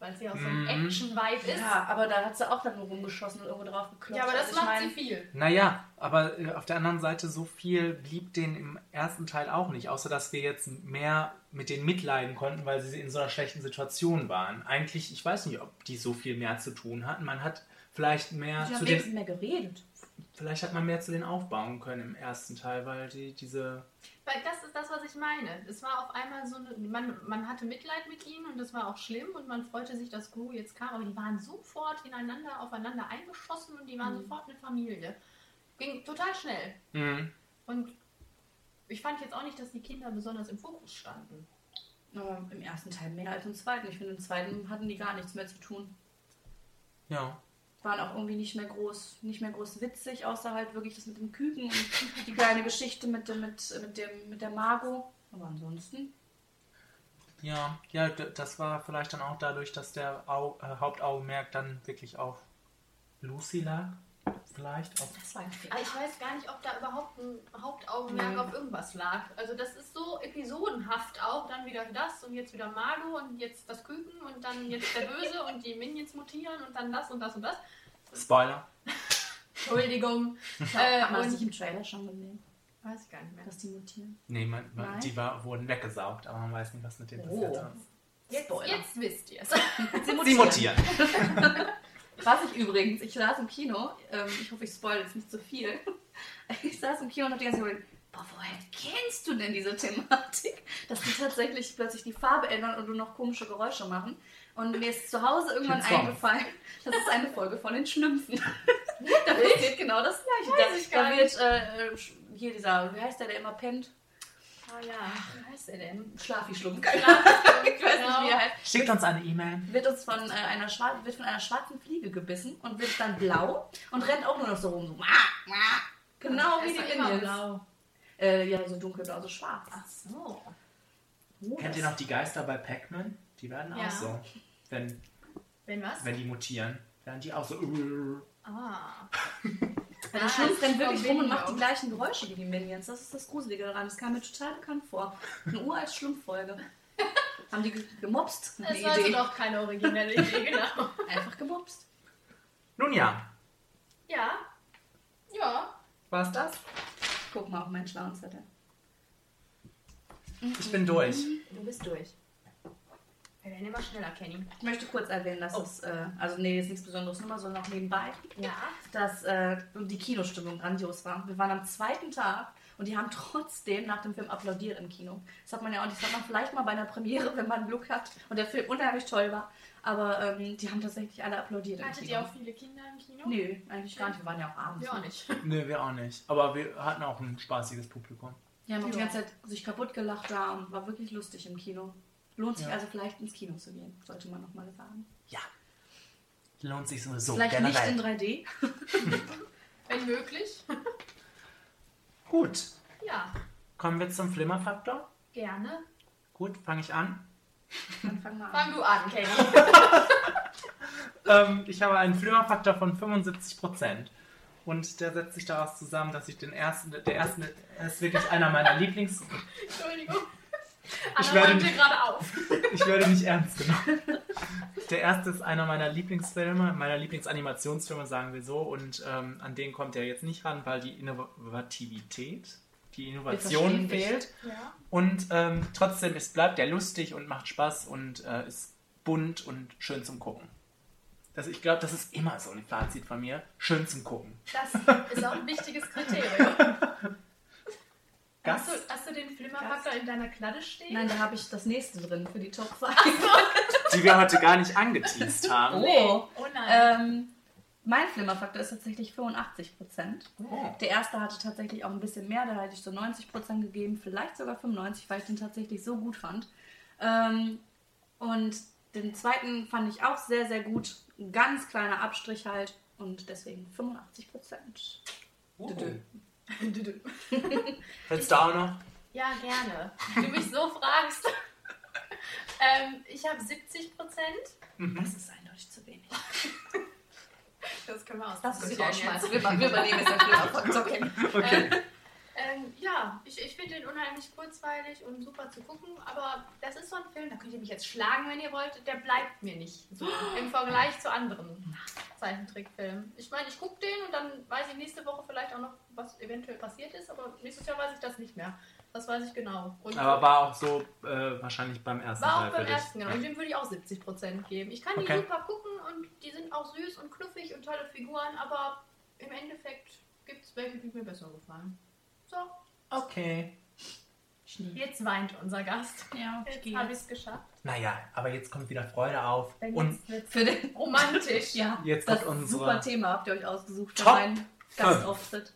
Speaker 5: Weil sie auch so ein
Speaker 4: Mhm.
Speaker 5: Action-Vibe ist. Ja,
Speaker 6: Ja, aber da hat sie auch dann nur rumgeschossen und irgendwo drauf gekloppt.
Speaker 5: aber das
Speaker 6: Also ich
Speaker 5: macht
Speaker 6: mein,
Speaker 5: sie viel.
Speaker 4: Naja, aber äh, auf der anderen Seite, so viel blieb denen im ersten Teil auch nicht, außer dass wir jetzt mehr mit denen mitleiden konnten, weil sie in so einer schlechten Situation waren. Eigentlich, ich weiß nicht, ob die so viel mehr zu tun hatten. Man hat vielleicht mehr
Speaker 6: Sie
Speaker 4: zu
Speaker 6: haben
Speaker 4: den,
Speaker 6: wenigstens mehr geredet.
Speaker 4: vielleicht hat man mehr zu denen aufbauen können im ersten Teil, weil die diese.
Speaker 5: Weil das ist das, was ich meine. Es war auf einmal so eine. Man, man hatte Mitleid mit ihnen und das war auch schlimm und man freute sich, dass Guru jetzt kam, aber die waren sofort ineinander, aufeinander eingeschossen und die waren
Speaker 6: Mhm.
Speaker 5: sofort eine Familie. Ging total schnell.
Speaker 4: Mhm.
Speaker 5: Und ich fand jetzt auch nicht, dass die Kinder besonders im Fokus standen.
Speaker 6: Aber Äh, im ersten Teil mehr als im zweiten. Ich finde, im zweiten hatten die gar nichts mehr zu tun.
Speaker 4: Ja.
Speaker 6: waren auch irgendwie nicht mehr groß, nicht mehr groß witzig, außer halt wirklich das mit dem Küken und die kleine Geschichte mit dem, mit, mit dem, mit der Margot. Aber ansonsten.
Speaker 4: Ja, ja, d- das war vielleicht dann auch dadurch, dass der Au äh, Hauptaugenmerk dann wirklich auf Lucy lag. Vielleicht auf
Speaker 6: Das war ein Fehler.
Speaker 5: Aber ich weiß gar nicht, ob da überhaupt ein Hauptaugenmerk
Speaker 6: Nee.
Speaker 5: auf irgendwas lag. Also das ist so episodenhaft auch. Dann wieder das und jetzt wieder Margo und jetzt das Küken und dann jetzt der Böse und die Minions mutieren und dann das und das und das.
Speaker 4: Spoiler.
Speaker 5: Entschuldigung.
Speaker 6: Äh,
Speaker 5: äh,
Speaker 6: Haben wir das
Speaker 5: und-
Speaker 6: nicht im Trailer schon gesehen,
Speaker 5: Weiß ich gar nicht mehr.
Speaker 6: dass die mutieren?
Speaker 4: Nee, man, man,
Speaker 6: Nein?
Speaker 4: die war, wurden weggesaugt, aber man weiß nicht, was mit denen passiert
Speaker 6: Oh.
Speaker 4: ist.
Speaker 5: Jetzt,
Speaker 6: Spoiler.
Speaker 5: jetzt wisst Ah ihr es.
Speaker 6: Sie mutieren.
Speaker 4: Sie mutieren.
Speaker 6: Was ich übrigens, ich saß im Kino, ähm, ich hoffe, ich spoilere jetzt nicht zu viel. Ich saß im Kino und habe die ganze Zeit gedacht, boah, woher kennst du denn diese Thematik? Dass die tatsächlich plötzlich die Farbe ändern und nur noch komische Geräusche machen. Und mir ist zu Hause irgendwann
Speaker 4: Schimpfung.
Speaker 6: eingefallen, das ist eine Folge von den Schlümpfen. da passiert genau das Gleiche. Da-
Speaker 5: Weiß ich
Speaker 6: da
Speaker 5: gar
Speaker 6: wird äh, hier dieser, wie heißt der, der immer pennt?
Speaker 5: Ah ja, wie heißt er denn?
Speaker 6: Schlafi-Schlumpf. Keine Ahnung, ich weiß nicht, wie er
Speaker 5: genau.
Speaker 6: heißt.
Speaker 4: Schickt uns eine E-Mail.
Speaker 6: wird uns von äh, einer schwarzen, wird von einer schwarzen Fliege gebissen und wird dann blau und rennt auch nur noch so rum. So, wah, wah. Genau
Speaker 5: Er
Speaker 6: wie
Speaker 5: ist
Speaker 6: die
Speaker 5: doch immer
Speaker 6: Indians.
Speaker 5: blau.
Speaker 6: Äh, ja, so dunkelblau, so schwarz.
Speaker 5: Ach so.
Speaker 4: Kennt ihr noch die Geister bei Pac-Man? Die werden
Speaker 5: Ja.
Speaker 4: auch so. Wenn,
Speaker 5: Wenn was?
Speaker 4: wenn die mutieren, werden die auch so.
Speaker 5: Ah.
Speaker 6: Weil der
Speaker 5: Ah,
Speaker 6: Schlumpf
Speaker 5: ist
Speaker 6: rennt
Speaker 5: vom
Speaker 6: wirklich rum und
Speaker 5: Video.
Speaker 6: macht die gleichen Geräusche wie die Minions. Das ist das Gruselige daran. Das kam mir total bekannt vor. Eine uralt Schlumpffolge. Haben die ge- gemobst? Die
Speaker 5: Das war also
Speaker 6: Idee.
Speaker 5: doch keine originelle Idee, genau.
Speaker 6: Einfach gemobst.
Speaker 4: Nun ja,
Speaker 5: Ja. Ja.
Speaker 4: war's das?
Speaker 6: Guck mal auf meinen schlauen Zettel.
Speaker 4: Ich bin durch.
Speaker 6: Mhm.
Speaker 5: Du bist durch. Wir werden immer schneller, Kenny.
Speaker 6: Ich möchte kurz erwähnen, dass
Speaker 5: Oh.
Speaker 6: es, äh, also nee, ist nichts Besonderes, nur mal so noch nebenbei.
Speaker 5: Ja.
Speaker 6: dass äh, die Kinostimmung grandios war. Wir waren am zweiten Tag und die haben trotzdem nach dem Film applaudiert im Kino. Das hat man ja auch nicht, das hat man vielleicht mal bei einer Premiere, wenn man Glück hat und der Film unheimlich toll war. Aber ähm, die haben tatsächlich alle applaudiert im
Speaker 5: Hattet
Speaker 6: Kino.
Speaker 5: ihr auch viele Kinder im Kino?
Speaker 6: Nö, eigentlich gar nicht. Wir waren ja auch abends.
Speaker 5: Wir auch nicht.
Speaker 4: Nö, wir auch nicht. Aber wir hatten auch ein spaßiges Publikum.
Speaker 6: Die haben auch die
Speaker 5: Ja.
Speaker 6: ganze Zeit sich kaputt gelacht da und war wirklich lustig im Kino. Lohnt sich
Speaker 4: Ja.
Speaker 6: also vielleicht ins Kino zu gehen, sollte man nochmal sagen.
Speaker 4: Ja. Lohnt sich sowieso.
Speaker 6: vielleicht
Speaker 4: Oh, generell.
Speaker 6: nicht in 3D.
Speaker 5: Wenn möglich.
Speaker 4: Gut.
Speaker 5: Ja.
Speaker 4: Kommen wir zum Flimmerfaktor.
Speaker 5: Gerne.
Speaker 4: Gut, fange ich an.
Speaker 6: Dann fangen wir an.
Speaker 5: Fang du an, Kenny.
Speaker 4: Ähm, ich habe einen Flimmerfaktor von 75%. Und der setzt sich daraus zusammen, dass ich den ersten, der erste er ist wirklich einer meiner Lieblings...
Speaker 5: Entschuldigung. Anna
Speaker 4: werde
Speaker 5: räumt
Speaker 4: nicht-
Speaker 5: hier gerade auf.
Speaker 4: Ich werde nicht ernst genommen. Der erste ist einer meiner Lieblingsfilme, meiner Lieblingsanimationsfilme, sagen wir so. Und ähm, an den kommt er jetzt nicht ran, weil die Innovativität die Innovation
Speaker 5: verstehen dich.
Speaker 4: fehlt.
Speaker 5: Ja.
Speaker 4: Und ähm, trotzdem, es bleibt ja lustig und macht Spaß und äh, ist bunt und schön zum Gucken. Das, ich glaube, das ist immer so ein Fazit von mir. Schön zum Gucken.
Speaker 5: Das ist auch ein wichtiges Kriterium. Hast
Speaker 4: Gast?
Speaker 5: du, hast du den Flimmerpacker in deiner Kladde stehen?
Speaker 6: Nein, da habe ich das nächste drin für die Top 5.
Speaker 4: Die wir heute gar nicht angeteased haben.
Speaker 5: Nee.
Speaker 6: Oh.
Speaker 5: Oh nein.
Speaker 6: Ähm, mein Flimmerfaktor ist tatsächlich 85 Prozent.
Speaker 4: Oh.
Speaker 6: Der erste hatte tatsächlich auch ein bisschen mehr, da hatte ich so 90 Prozent gegeben, vielleicht sogar 95, weil ich den tatsächlich so gut fand. Ähm, und den zweiten fand ich auch sehr, sehr gut. Ein ganz kleiner Abstrich halt und deswegen 85 Prozent.
Speaker 4: Oh. Willst du auch noch?
Speaker 5: Ja, gerne. Wenn du mich so fragst. ähm, ich habe 70 Prozent.
Speaker 6: Das ist eindeutig zu wenig.
Speaker 5: Das können wir aus.
Speaker 6: Das ist
Speaker 5: ja
Speaker 6: rausschmeißen. Wir, wir übernehmen jetzt den Flimmerfaktor. Okay.
Speaker 4: Okay.
Speaker 5: Ähm, ja, ich, ich finde den unheimlich kurzweilig und super zu gucken, aber das ist so ein Film, da könnt ihr mich jetzt schlagen, wenn ihr wollt. Der bleibt mir nicht so im Vergleich zu anderen Zeichentrickfilmen. Ich meine, ich gucke den und dann weiß ich nächste Woche vielleicht auch noch, was eventuell passiert ist, aber nächstes Jahr weiß ich das nicht mehr. Das weiß ich genau. Und
Speaker 4: Aber war auch so äh, wahrscheinlich beim ersten
Speaker 5: war
Speaker 4: Teil
Speaker 5: auch beim
Speaker 4: für dich.
Speaker 5: ersten, genau. Und Dem würde ich auch 70% geben. Ich kann die
Speaker 4: Okay.
Speaker 5: super gucken und die sind auch süß und knuffig und tolle Figuren, aber im Endeffekt gibt es welche, die mir besser gefallen. So,
Speaker 4: Okay.
Speaker 5: jetzt weint unser Gast.
Speaker 6: Ja, ich
Speaker 5: Jetzt
Speaker 6: gehe
Speaker 5: habe ich
Speaker 6: jetzt.
Speaker 5: es geschafft.
Speaker 4: Naja, aber jetzt kommt wieder Freude auf.
Speaker 5: Denn
Speaker 4: Und
Speaker 5: jetzt wird's
Speaker 6: Für den
Speaker 5: romantisch.
Speaker 6: Ja,
Speaker 4: Jetzt
Speaker 6: das
Speaker 4: kommt unsere-
Speaker 6: super Thema habt ihr euch ausgesucht für
Speaker 4: Top
Speaker 6: meinen Gastauftritt.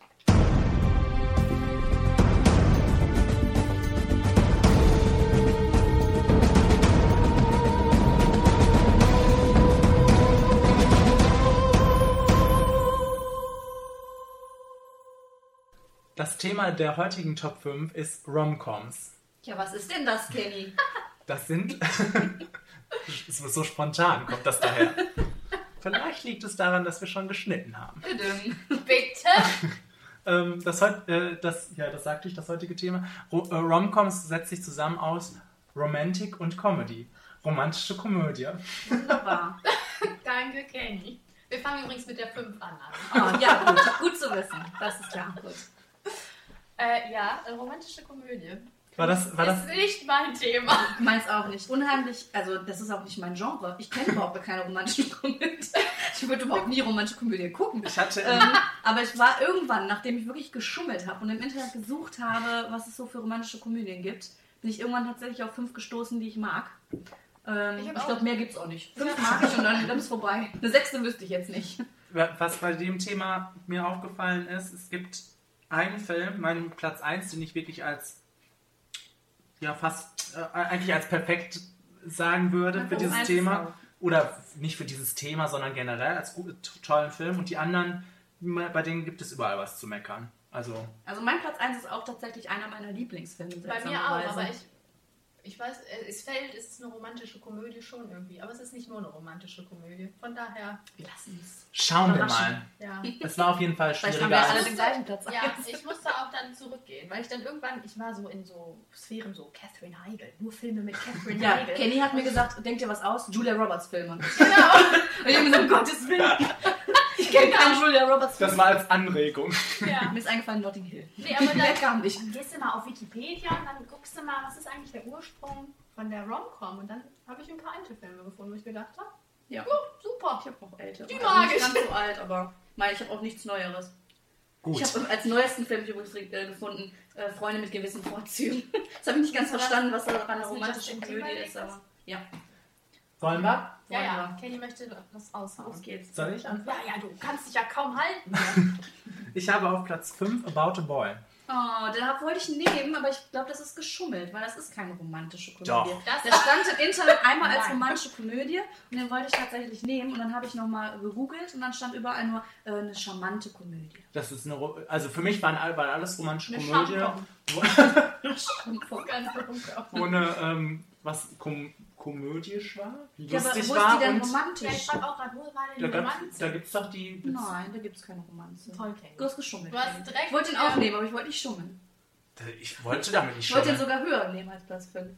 Speaker 4: das Thema der heutigen Top 5 ist Romcoms.
Speaker 6: Ja, was ist denn das, Kenny?
Speaker 4: Das sind. Es war so spontan, kommt das daher. Vielleicht liegt es daran, dass wir schon geschnitten haben.
Speaker 5: Bitte.
Speaker 4: Ähm, das, heut- äh, das, ja, das sagte ich, das heutige Thema. Ro äh, Romcoms setzt sich zusammen aus Romantik und Comedy. Romantische Komödie.
Speaker 6: Wunderbar.
Speaker 5: Danke, Kenny. Wir fangen übrigens mit der 5 an.
Speaker 6: Ah, ja, gut, gut zu wissen. Das ist klar. Gut.
Speaker 5: Äh, ja, äh, romantische Komödie.
Speaker 4: War das, war das
Speaker 5: ist nicht mein Thema.
Speaker 6: Meins auch nicht. Unheimlich, also das ist auch nicht mein Genre. Ich kenne überhaupt keine romantische Komödie. Ich würde überhaupt nie romantische Komödie gucken.
Speaker 4: Ich hatte-
Speaker 5: äh,
Speaker 6: ähm, aber ich war irgendwann, nachdem ich wirklich geschummelt habe und im Internet gesucht habe, was es so für romantische Komödien gibt, bin ich irgendwann tatsächlich auf fünf gestoßen, die ich mag. Ähm,
Speaker 5: Ich
Speaker 6: ich
Speaker 5: hab auch-
Speaker 6: glaube, mehr gibt's auch nicht. Fünf mag ich und dann, dann ist vorbei. Eine sechste wüsste ich jetzt nicht.
Speaker 4: Was bei dem Thema mir aufgefallen ist, es gibt einen Film, meinen Platz 1, den ich wirklich als, ja, fast, äh, eigentlich als perfekt sagen würde
Speaker 6: Na,
Speaker 4: für dieses
Speaker 6: eins ist
Speaker 4: Thema.
Speaker 6: auch.
Speaker 4: Oder nicht für dieses Thema, sondern generell als guten, tollen Film. Und die anderen, bei denen gibt es überall was zu meckern. Also,
Speaker 6: Also mein Platz 1 ist auch tatsächlich einer meiner Lieblingsfilme.
Speaker 5: Bei mir auch,
Speaker 6: seltsamerweise.
Speaker 5: aber ich. Ich weiß, äh, es fällt, es ist eine romantische Komödie schon irgendwie, aber es ist nicht nur eine romantische Komödie. Von daher,
Speaker 6: Wir lassen es.
Speaker 4: schauen wir mal.
Speaker 6: Überraschend.
Speaker 5: ja.
Speaker 4: Es war auf jeden Fall
Speaker 6: Vielleicht haben wir
Speaker 4: schwieriger.
Speaker 6: alle
Speaker 4: als-
Speaker 6: den gleichen Platz.
Speaker 5: Ja,
Speaker 6: eins.
Speaker 5: ich musste auch dann zurückgehen, weil ich dann irgendwann, ich war so in so Sphären, so Catherine Heigl, nur Filme mit Catherine
Speaker 6: Ja,
Speaker 5: Heigl.
Speaker 6: Kenny hat mir gesagt, denk dir was aus, Julia Roberts Filme. Genau. Und ich habe gesagt, um Gottes Willen. Ich kenne keinen Julia Roberts Film.
Speaker 4: Das war als Anregung.
Speaker 5: Ja.
Speaker 6: Mir ist eingefallen Notting Hill.
Speaker 5: Nee, aber
Speaker 6: Der
Speaker 5: dann,
Speaker 6: kam nicht.
Speaker 5: Dann gehst du mal auf Wikipedia und dann guckst du mal, was ist eigentlich der Ursprung von der Rom-Com. Und dann habe ich ein paar alte Filme gefunden, wo ich gedacht habe,
Speaker 6: Ja.
Speaker 5: ja, super.
Speaker 6: Ich habe noch ältere.
Speaker 5: Die
Speaker 6: Also
Speaker 5: mag
Speaker 6: nicht
Speaker 5: ich.
Speaker 6: ganz so alt, aber mein, ich habe auch nichts Neueres.
Speaker 4: Gut.
Speaker 6: Ich habe als neuesten Film übrigens äh, gefunden, äh, Freunde mit gewissen Vorzügen. Das habe ich nicht ganz
Speaker 5: Was-
Speaker 6: verstanden, was da an der
Speaker 5: was mit
Speaker 6: romantischen
Speaker 5: Justin
Speaker 6: Komödie
Speaker 5: Timberlake
Speaker 6: ist, aber ja,
Speaker 4: Sollen wir?
Speaker 5: Ja, ja,
Speaker 6: Wunderbar.
Speaker 5: Kelly möchte das
Speaker 6: los
Speaker 5: raushauen.
Speaker 6: geht's.
Speaker 4: Soll ich anfangen?
Speaker 5: Ja, ja, du kannst dich ja kaum halten. ne?
Speaker 4: Ich habe auf Platz 5 About a Boy.
Speaker 6: Oh, den hab- wollte ich nehmen, aber ich glaube, das ist geschummelt, weil das ist keine romantische Komödie.
Speaker 4: Doch.
Speaker 5: Das-
Speaker 6: der stand im Internet einmal als
Speaker 5: Nein.
Speaker 6: romantische Komödie und den wollte ich tatsächlich nehmen und dann habe ich nochmal gegoogelt und dann stand überall nur äh, eine charmante Komödie.
Speaker 4: Das ist eine, Ro- also für mich waren, all- waren alles romantische
Speaker 5: Eine
Speaker 4: Komödie,
Speaker 5: Schamkom. Ganz dunkel.
Speaker 4: ohne ähm, was kom komödisch war,
Speaker 6: Ja, aber wo
Speaker 4: lustig
Speaker 6: ist
Speaker 4: war
Speaker 6: die
Speaker 4: und
Speaker 6: denn
Speaker 5: Ja, ich
Speaker 6: romantisch?
Speaker 5: schreibe auch gerade, wo war
Speaker 4: da
Speaker 5: denn die
Speaker 4: gab's- da
Speaker 5: Romanze?
Speaker 4: gibt es doch die.
Speaker 6: Nein, da gibt's keine Romanze.
Speaker 5: Toll, Kelly.
Speaker 6: Du hast geschummelt.
Speaker 5: Du hast
Speaker 6: Kenny.
Speaker 5: direkt-
Speaker 6: ich wollte ihn auch
Speaker 5: ja.
Speaker 6: nehmen, aber ich wollte nicht schummeln.
Speaker 4: Ich wollte damit nicht
Speaker 6: Ich wollte ihn
Speaker 4: schon.
Speaker 6: sogar höher nehmen als Platz 5.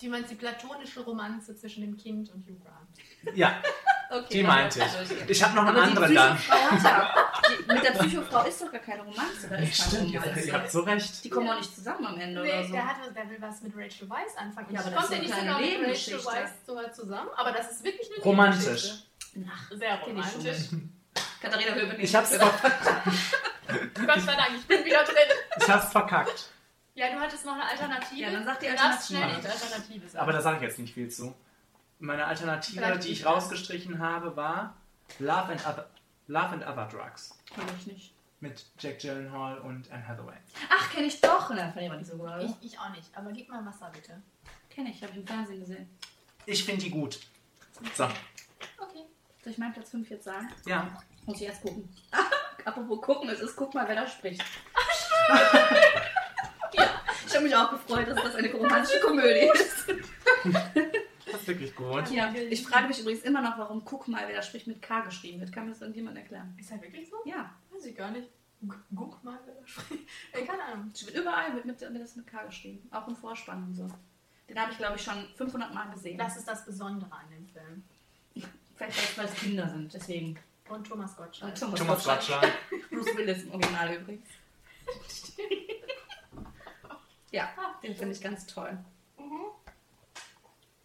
Speaker 5: Die meinst die platonische Romanze zwischen dem Kind und Hugh Grant.
Speaker 4: Ja,
Speaker 6: Okay,
Speaker 4: Die meinte
Speaker 6: dann-
Speaker 4: ich. Ich habe noch einen
Speaker 6: also Aber die
Speaker 4: anderen dann.
Speaker 6: Psychofrau hat ja, die, mit der Psychofrau ist doch gar keine Romanze. Da ist keine
Speaker 4: Stimmt, ihr,
Speaker 6: Romanze.
Speaker 4: seid- ihr habt so recht.
Speaker 6: Die kommen auch nicht zusammen am Ende oder
Speaker 5: Nee,
Speaker 6: so.
Speaker 5: der, hat, was- der will was mit Rachel Weisz anfangen.
Speaker 6: Ja,
Speaker 5: Ich
Speaker 6: aber das
Speaker 5: konnte
Speaker 6: ist
Speaker 5: nicht
Speaker 6: eine
Speaker 5: genau mit
Speaker 6: kleine
Speaker 5: Rachel
Speaker 6: Nebengeschichte.
Speaker 5: Weisz sogar zusammen, aber das ist wirklich eine
Speaker 4: Romantisch.
Speaker 5: Nebengeschichte.
Speaker 6: Ach,
Speaker 5: Sehr
Speaker 6: kenn ich schon.
Speaker 5: romantisch.
Speaker 6: Katharina Höwe
Speaker 4: Ich hab's, ver
Speaker 5: Gott sei Dank, ich bin wieder drin.
Speaker 4: ich hab's verkackt.
Speaker 5: Ja, du hattest noch eine Alternative.
Speaker 6: Ja, dann sag die
Speaker 5: Du darfst
Speaker 6: Alternative.
Speaker 5: schnell nicht Alternative sagen.
Speaker 4: Aber da sage ich jetzt nicht viel zu. Meine Alternative,
Speaker 5: Vielleicht
Speaker 4: die ich
Speaker 5: nicht.
Speaker 4: rausgestrichen habe, war Love and Other, Love and Other Drugs
Speaker 6: Kenn ich nicht.
Speaker 4: mit Jack Gyllenhaal und Anne Hathaway.
Speaker 6: Ach, kenn ich doch. Nein, fand ich aber nicht so gut. oder?
Speaker 5: ich, ich auch nicht, aber gib mal Wasser bitte.
Speaker 6: Kenn ich, habe ich im Fernsehen gesehen.
Speaker 4: Ich finde die gut. So,
Speaker 5: Okay.
Speaker 6: Soll ich meinen Platz 5 jetzt sagen?
Speaker 4: ja.
Speaker 6: Muss ich erst gucken. Apropos gucken, es ist, guck mal, wer da spricht. ja, ich habe mich auch gefreut, dass das eine romantische Komödie ist.
Speaker 4: Das ist wirklich gut.
Speaker 6: Ja, ich frage mich übrigens immer noch, warum guck mal, wer da spricht mit K geschrieben wird. Kann mir das irgendjemand erklären?
Speaker 5: Ist er wirklich so?
Speaker 6: Ja,
Speaker 5: Weiß ich gar nicht. G- Guck mal, wer da spricht. Ey, keine Ahnung.
Speaker 6: es wird überall wird mit, wird das mit K geschrieben. Auch im Vorspann und so. Den habe ich, glaube ich, schon 500 Mal gesehen.
Speaker 5: Das ist das Besondere an dem Film.
Speaker 6: Vielleicht, weil es- weil es Kinder sind, deswegen.
Speaker 5: Und Thomas Gottschalk.
Speaker 4: Thomas Gottschalk.
Speaker 6: Bruce Willis im Original übrigens. ja, den finde ich ganz toll.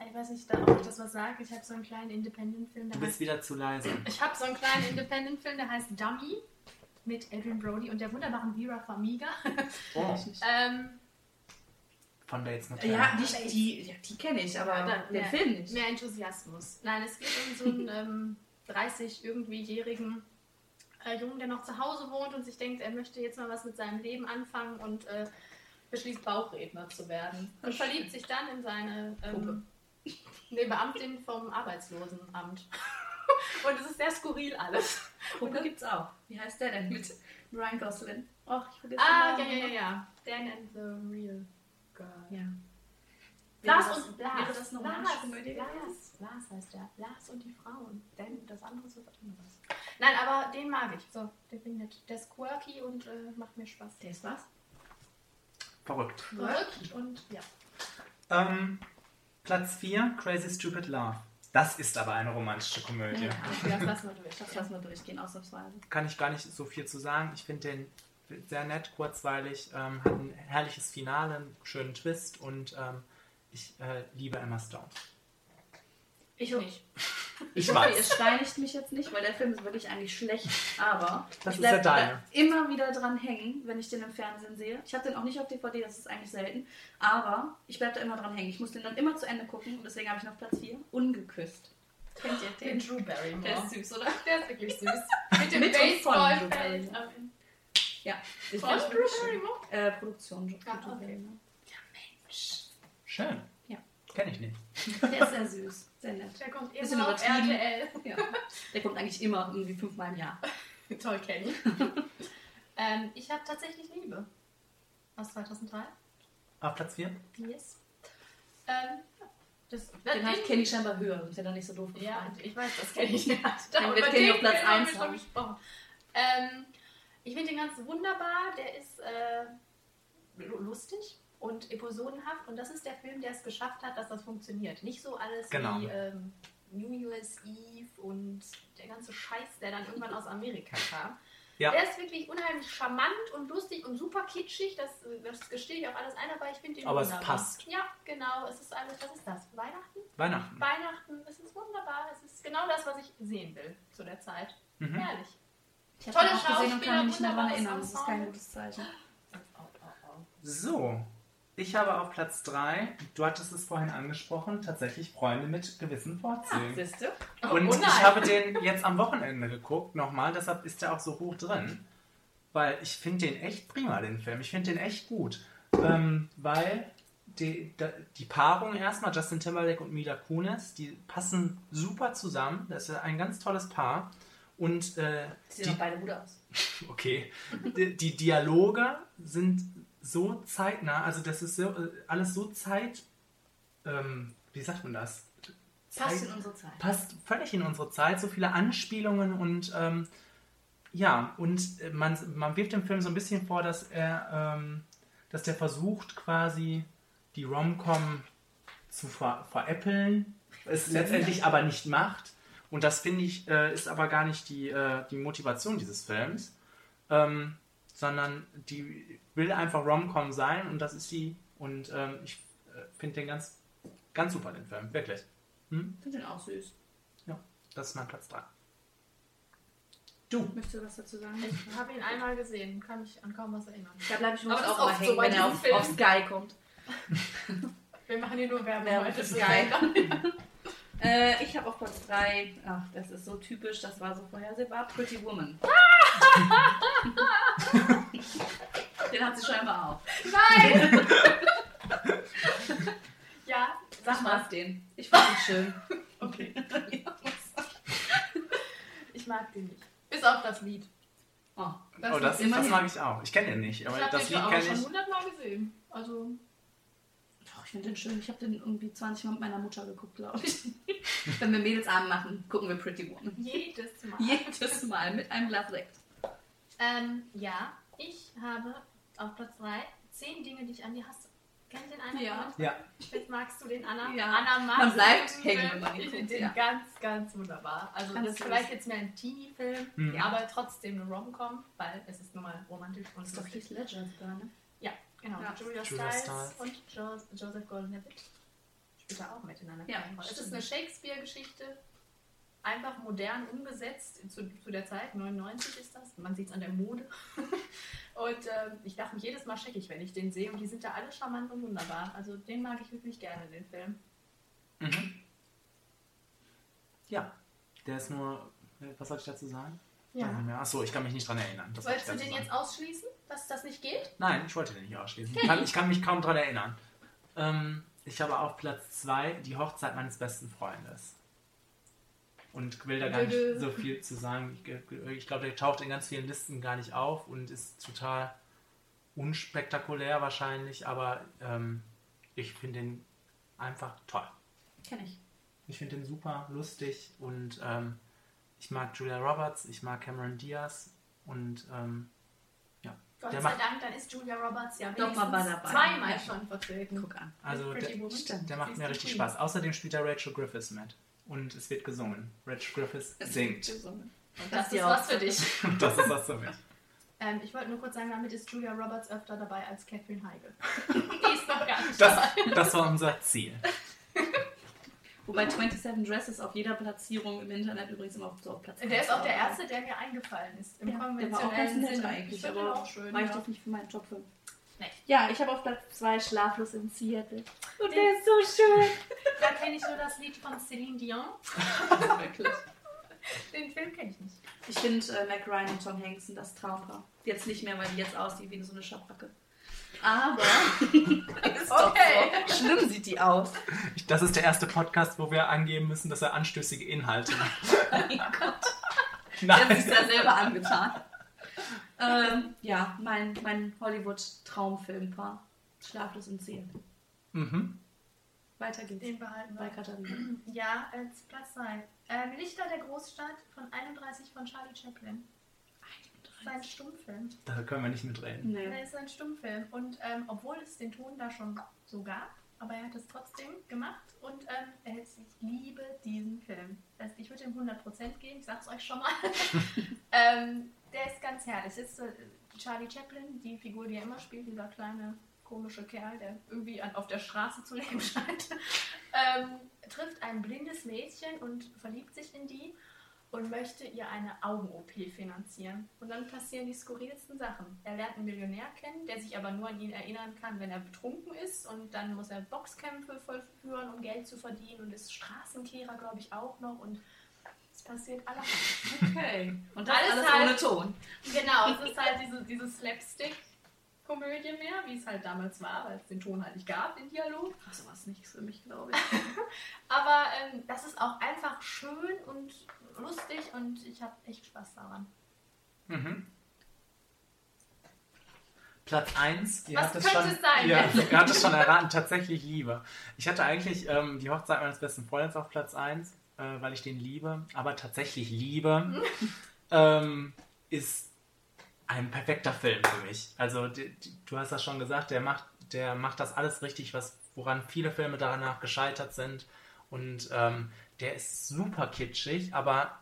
Speaker 5: Ich weiß nicht, da- ob ich das was sage. Ich habe so einen kleinen Independent-Film,
Speaker 4: Du
Speaker 5: der
Speaker 4: bist
Speaker 5: heißt.
Speaker 4: wieder zu leise.
Speaker 5: Ich habe so einen kleinen Independent-Film, der heißt Dummy mit Adrian Brody und der wunderbaren Vera Farmiga.
Speaker 4: Oh,
Speaker 5: ähm,
Speaker 4: von Bates Motel.
Speaker 6: Ja, die, die, ja, die kenne ich, aber
Speaker 5: Ja, dann-
Speaker 6: den
Speaker 5: ja.
Speaker 6: Film nicht.
Speaker 5: mehr Enthusiasmus. Nein, es geht um so einen ähm, 30 irgendwie jährigen äh, Jungen, der noch zu Hause wohnt und sich denkt, er möchte jetzt mal was mit seinem Leben anfangen und äh, beschließt Bauchredner zu werden und verliebt sich dann in seine ähm, nee, Beamtin vom Arbeitslosenamt. und es ist sehr skurril alles.
Speaker 6: Puppe gibt's auch. Wie heißt der denn mit Ryan Gosling? Ach, ich vergesse
Speaker 5: Ah, ja,
Speaker 6: den Namen.
Speaker 5: ja, ja, ja. Dan and the Real Girl.
Speaker 6: ja.
Speaker 5: Lars
Speaker 6: Wäre das-
Speaker 5: und
Speaker 6: wäre
Speaker 5: Blas.
Speaker 6: das eine romantische Komödie
Speaker 5: Lars, Lars heißt der. Lars und die Frauen. Denn das andere ist was anderes. Nein, aber den mag ich. So, der bin nett. Der ist quirky und äh, macht mir Spaß.
Speaker 6: Der ist was?
Speaker 4: Verrückt.
Speaker 5: Verrückt und ja.
Speaker 4: Ähm, Platz 4, Crazy Stupid Love. Das ist aber eine romantische Komödie.
Speaker 5: Das lassen wir durch.
Speaker 6: Das lassen wir durchgehen, ausnahmsweise.
Speaker 4: Kann ich gar nicht so viel zu sagen. Ich finde den sehr nett, kurzweilig, ähm, hat ein herrliches Finale, einen schönen Twist und ähm, ich äh, liebe Emma Stone.
Speaker 5: Ich nicht.
Speaker 4: Ich
Speaker 6: Okay, es steinigt mich jetzt nicht, weil der Film ist wirklich eigentlich schlecht, aber
Speaker 4: Das
Speaker 6: ich
Speaker 4: ist ja
Speaker 6: bleib da
Speaker 4: deine.
Speaker 6: immer wieder dran hängen, wenn ich den im Fernsehen sehe. Ich habe den auch nicht auf DVD, das ist eigentlich selten, aber ich bleibe da immer dran hängen. Ich muss den dann immer zu Ende gucken und deswegen habe ich noch Platz 4, Ungeküsst. Kennt ihr
Speaker 5: Den
Speaker 6: den?
Speaker 5: Drew Barrymore.
Speaker 6: Der ist süß, oder?
Speaker 5: Der ist wirklich süß. Mit dem
Speaker 6: Mit und von Drew
Speaker 5: Baseballfeld.
Speaker 6: Barrymore.
Speaker 5: am Ende.
Speaker 6: Ja, ich
Speaker 5: Von
Speaker 6: find's
Speaker 5: Drew
Speaker 6: wirklich schön.
Speaker 5: Barrymore?
Speaker 6: Äh, Produktion. ne?
Speaker 5: Ah, okay.
Speaker 4: Schön.
Speaker 6: Ja.
Speaker 4: Kenne ich nicht.
Speaker 6: Der ist sehr süß, sehr nett.
Speaker 5: Der kommt
Speaker 6: Bisschen
Speaker 5: immer auf
Speaker 6: übertrieben.
Speaker 5: RTL.
Speaker 6: Ja. Der kommt eigentlich immer irgendwie fünfmal im Jahr.
Speaker 5: Toll, Kelly. ähm, ich habe tatsächlich Liebe. Aus 2003.
Speaker 4: Auf Platz 4?
Speaker 5: Yes. Ähm, ja. das,
Speaker 6: Den hat Kenny scheinbar höher, sonst hätte er nicht so doof
Speaker 5: Ja,
Speaker 6: gefallen.
Speaker 5: ich weiß, das kenne ich nicht.
Speaker 6: Dann wird
Speaker 5: Über
Speaker 6: Kenny
Speaker 5: den
Speaker 6: auf Platz
Speaker 5: Film haben wir
Speaker 6: eins
Speaker 5: schon
Speaker 6: haben.
Speaker 5: gesprochen. Ähm, ich finde den ganz wunderbar. Der ist äh, lu- lustig und episodenhaft. Und das ist der Film, der es geschafft hat, dass das funktioniert. Nicht so alles
Speaker 4: Genau.
Speaker 5: wie ähm, New Year's Eve und der ganze Scheiß, der dann irgendwann aus Amerika kam.
Speaker 4: Ja.
Speaker 5: Der ist wirklich unheimlich charmant und lustig und super kitschig. Das, äh, das gestehe ich auch alles ein, aber ich finde den
Speaker 4: Aber es
Speaker 5: wunderbar.
Speaker 4: passt.
Speaker 5: Ja, genau. Es ist alles, was ist das? Weihnachten?
Speaker 4: Weihnachten.
Speaker 5: Weihnachten, es ist wunderbar. Es ist genau das, was ich sehen will zu der Zeit.
Speaker 4: Mhm.
Speaker 5: Herrlich.
Speaker 6: Ich habe
Speaker 5: Tolle
Speaker 6: den auch gesehen und
Speaker 5: Schauspieler,
Speaker 6: kann mich nicht mehr daran
Speaker 5: wunderbares
Speaker 6: erinnern. Das ist kein
Speaker 5: Ensemble.
Speaker 6: gutes Zeichen.
Speaker 4: So. Ich habe auf Platz 3, du hattest es vorhin angesprochen, tatsächlich Freunde mit gewissen Vorzügen.
Speaker 6: Siehst du?
Speaker 4: Und
Speaker 5: oh nein.
Speaker 4: ich habe den jetzt am Wochenende geguckt nochmal, deshalb ist der auch so hoch drin. Weil ich finde den echt prima, den Film. Ich finde den echt gut. Ähm, weil die, da- die Paarung erstmal, Justin Timberlake und Mila Kunis, die passen super zusammen. Das ist ein ganz tolles Paar. Und äh,
Speaker 6: Sieht
Speaker 4: die,
Speaker 6: doch beide gut aus.
Speaker 4: okay, die, die Dialoge sind so zeitnah, also das ist so, äh, alles so zeit... Ähm, wie sagt man das?
Speaker 6: Passt
Speaker 4: Zeit-
Speaker 6: in unsere Zeit.
Speaker 4: passt völlig in unsere Zeit, so viele Anspielungen und ähm, ja, und äh, man, man wirft dem Film so ein bisschen vor, dass er, ähm, dass der versucht quasi die Rom-Com zu ver veräppeln, es letztendlich aber nicht macht Und das finde ich, äh, ist aber gar nicht die, äh, die Motivation dieses Films, ähm, sondern die will einfach Rom-Com sein und das ist sie. Und ähm, ich äh, finde den ganz, ganz super, den Film, wirklich.
Speaker 6: Ich finde den auch süß.
Speaker 4: Ja, das ist mein Platz 3. Du.
Speaker 6: Möchtest du was dazu sagen?
Speaker 5: Ich habe ihn einmal gesehen, kann mich an kaum was erinnern.
Speaker 6: Da bleibe ich
Speaker 5: Aber
Speaker 6: morgens
Speaker 5: das ist
Speaker 6: auch mal
Speaker 5: oft so
Speaker 6: hängen,
Speaker 5: bei
Speaker 6: wenn er
Speaker 5: diesem
Speaker 6: auf,
Speaker 5: Film.
Speaker 6: auf Sky kommt.
Speaker 5: Wir machen hier nur Werbung
Speaker 6: Werbung
Speaker 5: heute.
Speaker 6: für Sky. Äh, ich habe auf Platz 3, ach, das ist so typisch, das war so vorhersehbar, Pretty Woman. Den hat sie scheinbar auch.
Speaker 5: Nein! ja,
Speaker 6: Sag mal es den. Ich fand ihn schön.
Speaker 5: okay. Ich mag den nicht. Bis auf das Lied.
Speaker 6: Oh,
Speaker 5: Das
Speaker 4: oh, das, das
Speaker 5: ist
Speaker 6: immerhin-
Speaker 4: mag ich auch. Ich kenne den nicht, aber
Speaker 5: Ich habe
Speaker 4: das
Speaker 5: den
Speaker 4: Lied
Speaker 5: ja auch
Speaker 4: kenne
Speaker 5: schon
Speaker 4: ich.
Speaker 5: hundertmal gesehen. Also,
Speaker 6: Doch, Oh, ich finde den schön. Ich habe den irgendwie 20 Mal mit meiner Mutter geguckt, glaube ich. Wenn wir Mädels Abend machen, gucken wir Pretty Woman.
Speaker 5: jedes Mal.
Speaker 6: Jedes Mal mit einem Glas Sekt.
Speaker 5: Ähm, ja, ich habe auf Platz 3 zehn Dinge, die ich an dir hasse. Kennt den einer?
Speaker 6: Ja.
Speaker 4: Ja,
Speaker 5: Jetzt magst du den Anna.
Speaker 6: Ja.
Speaker 5: Anna mag
Speaker 6: Man bleibt
Speaker 5: den
Speaker 6: hängen,
Speaker 5: Film.
Speaker 6: wenn man ihn
Speaker 5: Ich
Speaker 6: guckt,
Speaker 5: finde den
Speaker 6: ja.
Speaker 5: ganz, ganz wunderbar. Also
Speaker 6: Ganz
Speaker 5: das ist
Speaker 6: süß.
Speaker 5: vielleicht jetzt mehr ein Teenie-Film,
Speaker 4: Mhm.
Speaker 5: aber trotzdem eine Rom-Com, weil es ist nun mal romantisch und
Speaker 6: Das ist doch
Speaker 5: lustig.
Speaker 6: Heath Ledger sogar, ne?
Speaker 5: Ja, genau.
Speaker 6: Ja.
Speaker 5: Julia,
Speaker 4: Julia
Speaker 5: Stiles,
Speaker 4: Stiles.
Speaker 5: und jo Joseph Gordon-Levitt spielt da auch miteinander.
Speaker 6: Ja,
Speaker 5: keine Rolle. es ist
Speaker 6: stimmt.
Speaker 5: eine Shakespeare-Geschichte, einfach modern umgesetzt zu, zu der Zeit, 99 ist das, man sieht es an der Mode. und ähm, ich lache mich jedes Mal scheckig, wenn ich den sehe und die sind da alle charmant und wunderbar. Also den mag ich wirklich gerne, den Film.
Speaker 4: Mhm. Ja, der ist nur. äh, Was soll ich dazu sagen?
Speaker 5: Ja.
Speaker 4: Achso, ich kann mich nicht dran erinnern. Das
Speaker 5: Wolltest du
Speaker 4: wollte ich
Speaker 5: den
Speaker 4: dazu
Speaker 5: jetzt ausschließen, dass das nicht geht?
Speaker 4: sagen. Nein, ich wollte den nicht ausschließen. Ich kann, ich kann mich kaum dran erinnern. Ähm, ich habe auf Platz 2 die Hochzeit meines besten Freundes. Und will da gar nicht
Speaker 5: Dödö.
Speaker 4: so viel zu sagen. Ich, ich glaube, der taucht in ganz vielen Listen gar nicht auf und ist total unspektakulär wahrscheinlich, aber ähm, ich finde den einfach toll.
Speaker 6: Kenn ich.
Speaker 4: Ich finde den super lustig und ähm, ich mag Julia Roberts, ich mag Cameron Diaz und ähm, ja.
Speaker 5: Gott
Speaker 4: Der
Speaker 5: sei
Speaker 4: macht-
Speaker 5: Dank, dann ist Julia Roberts ja
Speaker 6: Doch
Speaker 5: wenigstens
Speaker 6: mal war dabei.
Speaker 5: zweimal
Speaker 6: Ja.
Speaker 5: schon vertreten.
Speaker 6: Guck an.
Speaker 4: Also
Speaker 5: Pretty
Speaker 4: der,
Speaker 5: Woman.
Speaker 4: der
Speaker 5: Sie
Speaker 4: macht
Speaker 5: ist
Speaker 4: mir
Speaker 5: die
Speaker 4: richtig
Speaker 5: Queen.
Speaker 4: Spaß. Außerdem spielt da Rachel Griffiths mit und es wird gesungen. Rachel Griffiths singt.
Speaker 5: Und
Speaker 6: Das
Speaker 5: das ist
Speaker 6: ja auch.
Speaker 5: was für dich.
Speaker 4: Das ist was für mich.
Speaker 5: Ähm, ich wollte nur kurz sagen, damit ist Julia Roberts öfter dabei als Catherine Heigl. Die ist noch gar nicht
Speaker 4: Das,
Speaker 5: dabei.
Speaker 4: das war unser Ziel.
Speaker 6: Wobei 27 Dresses auf jeder Platzierung im Internet übrigens immer auf, so auf Platz
Speaker 5: Der ist auch der
Speaker 6: eins war.
Speaker 5: erste, der mir eingefallen ist. Im
Speaker 6: Ja, der war auch ganz
Speaker 5: konventionellen
Speaker 6: nett
Speaker 5: Sinne.
Speaker 6: eigentlich,
Speaker 5: ich
Speaker 6: aber
Speaker 5: aber auch schön.
Speaker 6: war ich
Speaker 5: ja.
Speaker 6: doch nicht für meinen Top 5.
Speaker 5: Nee.
Speaker 6: Ja, ich habe auf Platz 2 Schlaflos in Seattle.
Speaker 5: Den-
Speaker 6: Und der ist so schön.
Speaker 5: Da kenne ich nur das Lied von Celine Dion.
Speaker 6: Wirklich.
Speaker 5: Den Film kenne ich nicht.
Speaker 6: Ich finde äh, Mac Ryan und Tom Hanks sind das Traumpaar. Jetzt nicht mehr, weil die jetzt aussieht wie so eine Schabracke. Aber ist doch
Speaker 5: Okay.
Speaker 6: so. schlimm sieht die aus.
Speaker 4: Ich, das ist der erste Podcast, wo wir angeben müssen, dass er anstößige Inhalte macht.
Speaker 6: Mein Gott, der hat sich
Speaker 4: Nein.
Speaker 6: da selber angetan. Ähm, ja, mein, mein Hollywood-Traumfilmpaar. Schlaflos in Seattle.
Speaker 4: Mhm.
Speaker 6: Weiter geht's.
Speaker 5: Den behalten
Speaker 6: Bei
Speaker 5: wir.
Speaker 6: Katharina.
Speaker 5: Ja, als Platz 3. Ähm, Lichter der Großstadt von 31 von Charlie Chaplin. Das ist ein Stummfilm.
Speaker 4: Da können wir nicht mitreden.
Speaker 6: Nee.
Speaker 5: Das ist ein Stummfilm. Und ähm, obwohl es den Ton da schon so gab, aber er hat es trotzdem gemacht und ähm, er hat, ich liebe diesen Film. Also ich würde ihm 100% geben, ich sag's euch schon mal. ähm, der ist ganz herrlich. Es ist äh, Charlie Chaplin, die Figur, die er immer spielt, dieser kleine komische Kerl, der irgendwie an, auf der Straße zu leben scheint, ähm, trifft ein blindes Mädchen und verliebt sich in die und möchte ihr eine Augen-OP finanzieren. Und dann passieren die skurrilsten Sachen. Er lernt einen Millionär kennen, der sich aber nur an ihn erinnern kann, wenn er betrunken ist. Und dann muss er Boxkämpfe vollführen, um Geld zu verdienen. Und ist Straßenkehrer, glaube ich, auch noch. Und es passiert alles.
Speaker 6: Okay. Und das
Speaker 5: Alles
Speaker 6: alles,
Speaker 5: halt-
Speaker 6: ohne Ton.
Speaker 5: genau, es ist halt diese, diese Slapstick-Komödie mehr, wie es halt damals war, weil es den Ton halt nicht gab, den Dialog.
Speaker 6: Ach, sowas nichts für mich, glaube ich.
Speaker 5: Aber ähm, das ist auch einfach schön und lustig und ich habe echt Spaß daran.
Speaker 4: Mhm. Platz 1. Ihr
Speaker 5: Was
Speaker 4: habt es
Speaker 5: könnte
Speaker 4: schon,
Speaker 5: es sein?
Speaker 4: Ja, ihr habt es schon erraten. Tatsächlich Liebe. Ich hatte eigentlich ähm, die Hochzeit meines besten Freundes auf Platz 1, äh, weil ich den liebe. Aber tatsächlich Liebe ähm, ist ein perfekter Film für mich. Also die, die, du hast das schon gesagt, der macht, der macht das alles richtig, was, woran viele Filme danach gescheitert sind. Und ähm, der ist super kitschig, aber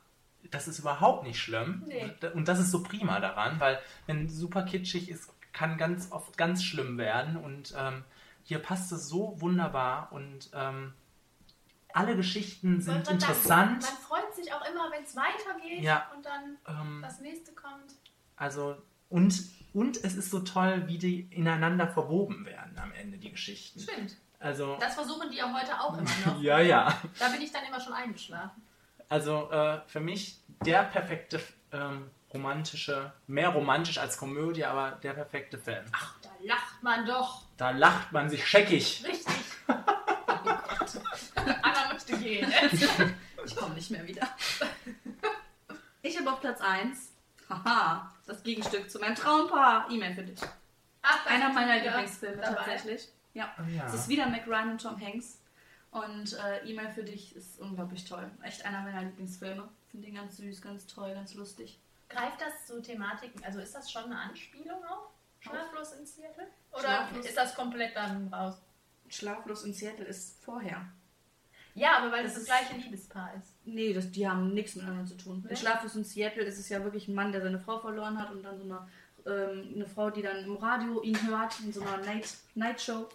Speaker 4: das ist überhaupt nicht schlimm.
Speaker 5: Nee.
Speaker 4: Und das ist so prima daran, weil wenn super kitschig ist, kann ganz oft ganz schlimm werden. Und ähm, hier passt es so wunderbar und ähm, alle Geschichten
Speaker 5: Wollte
Speaker 4: sind
Speaker 5: man sagen,
Speaker 4: interessant.
Speaker 5: Man freut sich auch immer, wenn es weitergeht
Speaker 4: Ja.
Speaker 5: und dann
Speaker 4: Ähm,
Speaker 5: das nächste kommt.
Speaker 4: Also, und, und es ist so toll, wie die ineinander verwoben werden am Ende, die Geschichten.
Speaker 5: Stimmt.
Speaker 4: Also,
Speaker 5: Das versuchen die ja heute auch immer noch.
Speaker 4: ja, ja.
Speaker 5: Da bin ich dann immer schon eingeschlafen.
Speaker 4: Also, äh, für mich der perfekte ähm, romantische, mehr romantisch als Komödie, aber der perfekte Film.
Speaker 5: Ach, da lacht man doch
Speaker 4: Da lacht man sich scheckig.
Speaker 5: richtig. oh Gott. Anna möchte gehen.
Speaker 6: Ich komme nicht mehr wieder. Ich habe auf Platz 1. Haha, das Gegenstück zu meinem Traumpaar. E-Mail für dich.
Speaker 5: Ach, da
Speaker 6: Einer
Speaker 5: sind
Speaker 6: meiner
Speaker 5: wir wieder
Speaker 6: Lieblingsfilme
Speaker 5: dabei.
Speaker 6: tatsächlich. Ja.
Speaker 4: ja.
Speaker 6: Es ist wieder Mac Ryan und Tom Hanks. Und äh, E-Mail für dich ist unglaublich toll. Echt einer meiner Lieblingsfilme. Finde ihn ganz süß, ganz toll, ganz lustig.
Speaker 5: Greift das zu Thematiken? Also ist das schon eine Anspielung auf Schlaflos in Seattle? Oder
Speaker 6: Schlaflos.
Speaker 5: ist das komplett dann raus?
Speaker 6: Schlaflos in Seattle ist vorher.
Speaker 5: Ja, aber weil das das
Speaker 6: Das ist-
Speaker 5: gleiche Liebespaar ist.
Speaker 6: Nee, das, die haben nichts miteinander zu tun.
Speaker 5: Nee?
Speaker 6: In Schlaflos in Seattle ist es ja wirklich ein Mann, der seine Frau verloren hat und dann so eine, ähm, eine Frau, die dann im Radio ihn hört, in so einer Night, Night Show,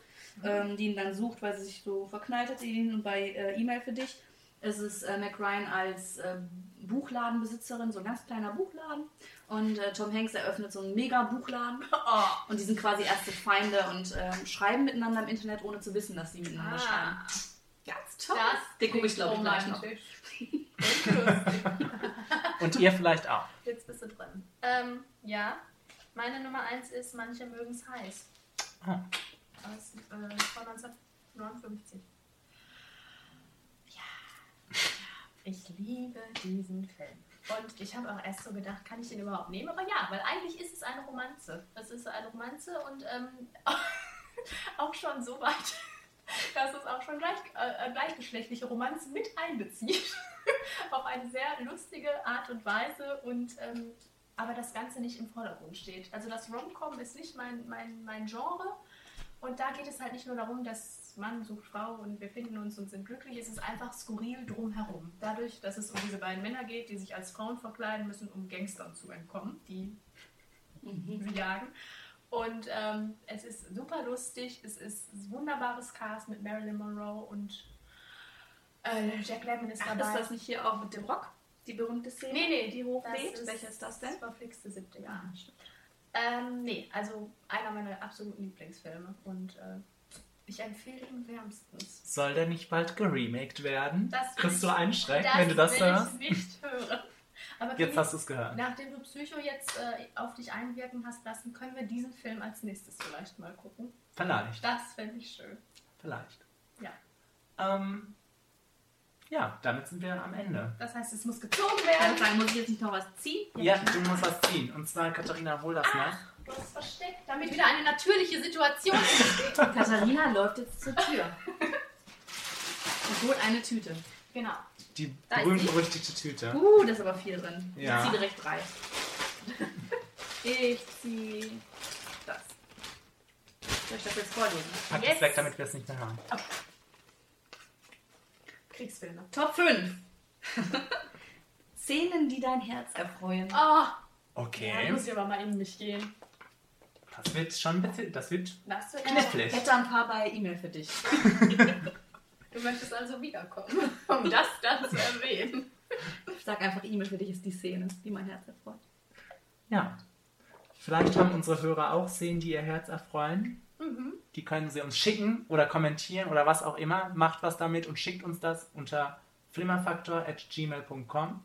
Speaker 6: ähm, die ihn dann sucht, weil sie sich so verknallt hat in ihn und bei äh, E-Mail für dich. Es ist äh, Mac Ryan als äh, Buchladenbesitzerin, so ein ganz kleiner Buchladen. Und äh, Tom Hanks eröffnet so einen mega Buchladen.
Speaker 5: Oh,
Speaker 6: Und die sind quasi erste Feinde und ähm, schreiben miteinander im Internet, ohne zu wissen, dass sie miteinander schreiben.
Speaker 5: ah,
Speaker 6: Ganz toll. Oh
Speaker 5: das
Speaker 6: Den gucke ich, glaube ich, gleich noch.
Speaker 5: romantisch. Und lustig.
Speaker 4: Und ihr vielleicht auch.
Speaker 5: Jetzt bist du drin. Ähm, ja, meine Nummer eins ist Manche mögen's heiß.
Speaker 4: Oh.
Speaker 5: Aus, äh, von 1959. Ja, ja, ich liebe diesen Film. Und ich habe auch erst so gedacht, kann ich den überhaupt nehmen? Aber ja, weil eigentlich ist es eine Romanze. Es ist eine Romanze und ähm, auch schon so weit, dass es auch schon gleich, äh, äh, gleichgeschlechtliche Romanzen mit einbezieht. Auf eine sehr lustige Art und Weise und ähm, aber das Ganze nicht im Vordergrund steht. Also das Rom-Com ist nicht mein, mein, mein Genre. Und da geht es halt nicht nur darum, dass Mann sucht Frau und wir finden uns und sind glücklich. Es ist einfach skurril drumherum. Dadurch, dass es um diese beiden Männer geht, die sich als Frauen verkleiden müssen, um Gangstern zu entkommen, die
Speaker 6: Mhm.
Speaker 5: sie jagen. Und ähm, es ist super lustig. Es ist ein wunderbares Cast mit Marilyn Monroe und äh, Jack Lemmon ist
Speaker 6: Ach,
Speaker 5: dabei.
Speaker 6: ist das nicht hier auch mit dem Rock? Die berühmte Szene?
Speaker 5: Nee, nee, die
Speaker 6: hochweht.
Speaker 5: hochweht.
Speaker 6: Welcher ist das denn? Ah,
Speaker 5: Das verflixte siebte Jahr. Ähm, nee, also einer meiner absoluten Lieblingsfilme und äh, ich empfehle ihn wärmstens.
Speaker 4: Soll der nicht bald geremaked werden?
Speaker 5: Das will
Speaker 4: Kriegst du
Speaker 5: ich-
Speaker 4: einen Schreck, wenn du das
Speaker 5: will
Speaker 4: hörst?
Speaker 5: Ich nicht hören. Aber
Speaker 4: Jetzt
Speaker 5: Felix,
Speaker 4: hast du es gehört.
Speaker 5: nachdem du Psycho jetzt äh, auf dich einwirken hast lassen, können wir diesen Film als nächstes vielleicht mal gucken.
Speaker 4: Vielleicht,
Speaker 5: Das fände ich schön.
Speaker 4: vielleicht.
Speaker 5: Ja.
Speaker 4: Ähm, ja, damit sind wir am Ende.
Speaker 5: Das heißt, es muss gezogen
Speaker 6: Kann ich
Speaker 5: werden.
Speaker 6: sagen, muss ich jetzt nicht noch was ziehen?
Speaker 4: Ja, du musst was ziehen. Und zwar, Katharina, hol das nach.
Speaker 5: Du hast es versteckt, damit wieder eine natürliche Situation entsteht.
Speaker 6: Katharina läuft jetzt zur Tür. Und holt eine Tüte.
Speaker 5: genau.
Speaker 4: Die
Speaker 6: Da ist sie.
Speaker 4: berühmt-berüchtigte Tüte.
Speaker 6: Uh, da ist aber viel drin.
Speaker 4: Ja.
Speaker 6: Ich ziehe direkt drei. Ich ziehe das. Soll ich das jetzt vorlesen?
Speaker 4: Pack
Speaker 5: Yes.
Speaker 4: es weg, damit wir es nicht mehr hören.
Speaker 5: Kriegsfilme.
Speaker 6: Top 5. Szenen, die dein Herz erfreuen.
Speaker 5: Oh,
Speaker 4: Okay.
Speaker 5: da muss ich aber mal in mich gehen.
Speaker 4: das wird schon ein bisschen, das wird
Speaker 5: Das wird
Speaker 4: knifflig.
Speaker 6: Ich hätte ein paar bei E-Mail für dich.
Speaker 5: Du möchtest also wiederkommen, um das dann zu erwähnen.
Speaker 6: Ich sag einfach, E-Mail für dich ist die Szene, die mein Herz erfreut.
Speaker 4: Ja. Vielleicht haben unsere Hörer auch Szenen, die ihr Herz erfreuen. Die können sie uns schicken oder kommentieren oder was auch immer. Macht was damit und schickt uns das unter flimmerfaktor.gmail.com.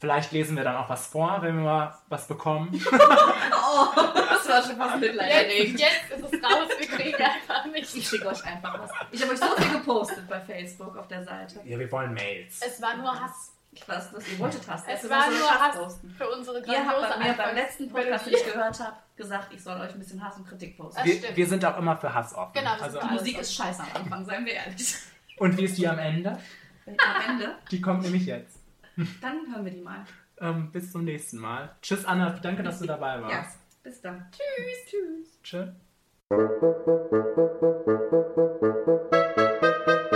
Speaker 4: Vielleicht lesen wir dann auch was vor, wenn wir mal was bekommen.
Speaker 6: Das war schon fast
Speaker 5: Jetzt, jetzt ist es raus, wir kriegen einfach nichts.
Speaker 6: Äh, Ich schicke euch einfach was. Ich habe euch so viel gepostet bei Facebook auf der Seite.
Speaker 4: ja, wir wollen Mails.
Speaker 5: Es war nur Hass.
Speaker 6: Was, was ihr wolltet hast.
Speaker 5: Es
Speaker 6: Jetzt
Speaker 5: war
Speaker 6: soll ich
Speaker 5: nur
Speaker 6: das
Speaker 5: Hass
Speaker 6: posten.
Speaker 5: für unsere
Speaker 6: Ihr habt
Speaker 5: grandiose
Speaker 6: bei mir beim
Speaker 5: Anfangs-
Speaker 6: lesten Podcast, den ich gehört habe, gesagt, ich soll euch ein bisschen Hass und Kritik posten.
Speaker 5: Das
Speaker 4: wir,
Speaker 5: stimmt.
Speaker 4: wir sind auch immer für Hass offen.
Speaker 5: Genau, wir
Speaker 4: also,
Speaker 5: sind für
Speaker 6: Die
Speaker 5: alles
Speaker 6: Musik
Speaker 5: okay.
Speaker 6: ist scheiße am Anfang, seien wir ehrlich.
Speaker 4: und wie ist die am Ende?
Speaker 6: Am Ende,
Speaker 4: Die kommt nämlich jetzt.
Speaker 6: dann hören wir die mal.
Speaker 4: Ähm, bis zum nächsten Mal. Tschüss, Anna. Danke, dass du dabei warst.
Speaker 6: Ja, bis dann. Tschüss. Tschüss.
Speaker 4: Tschüss.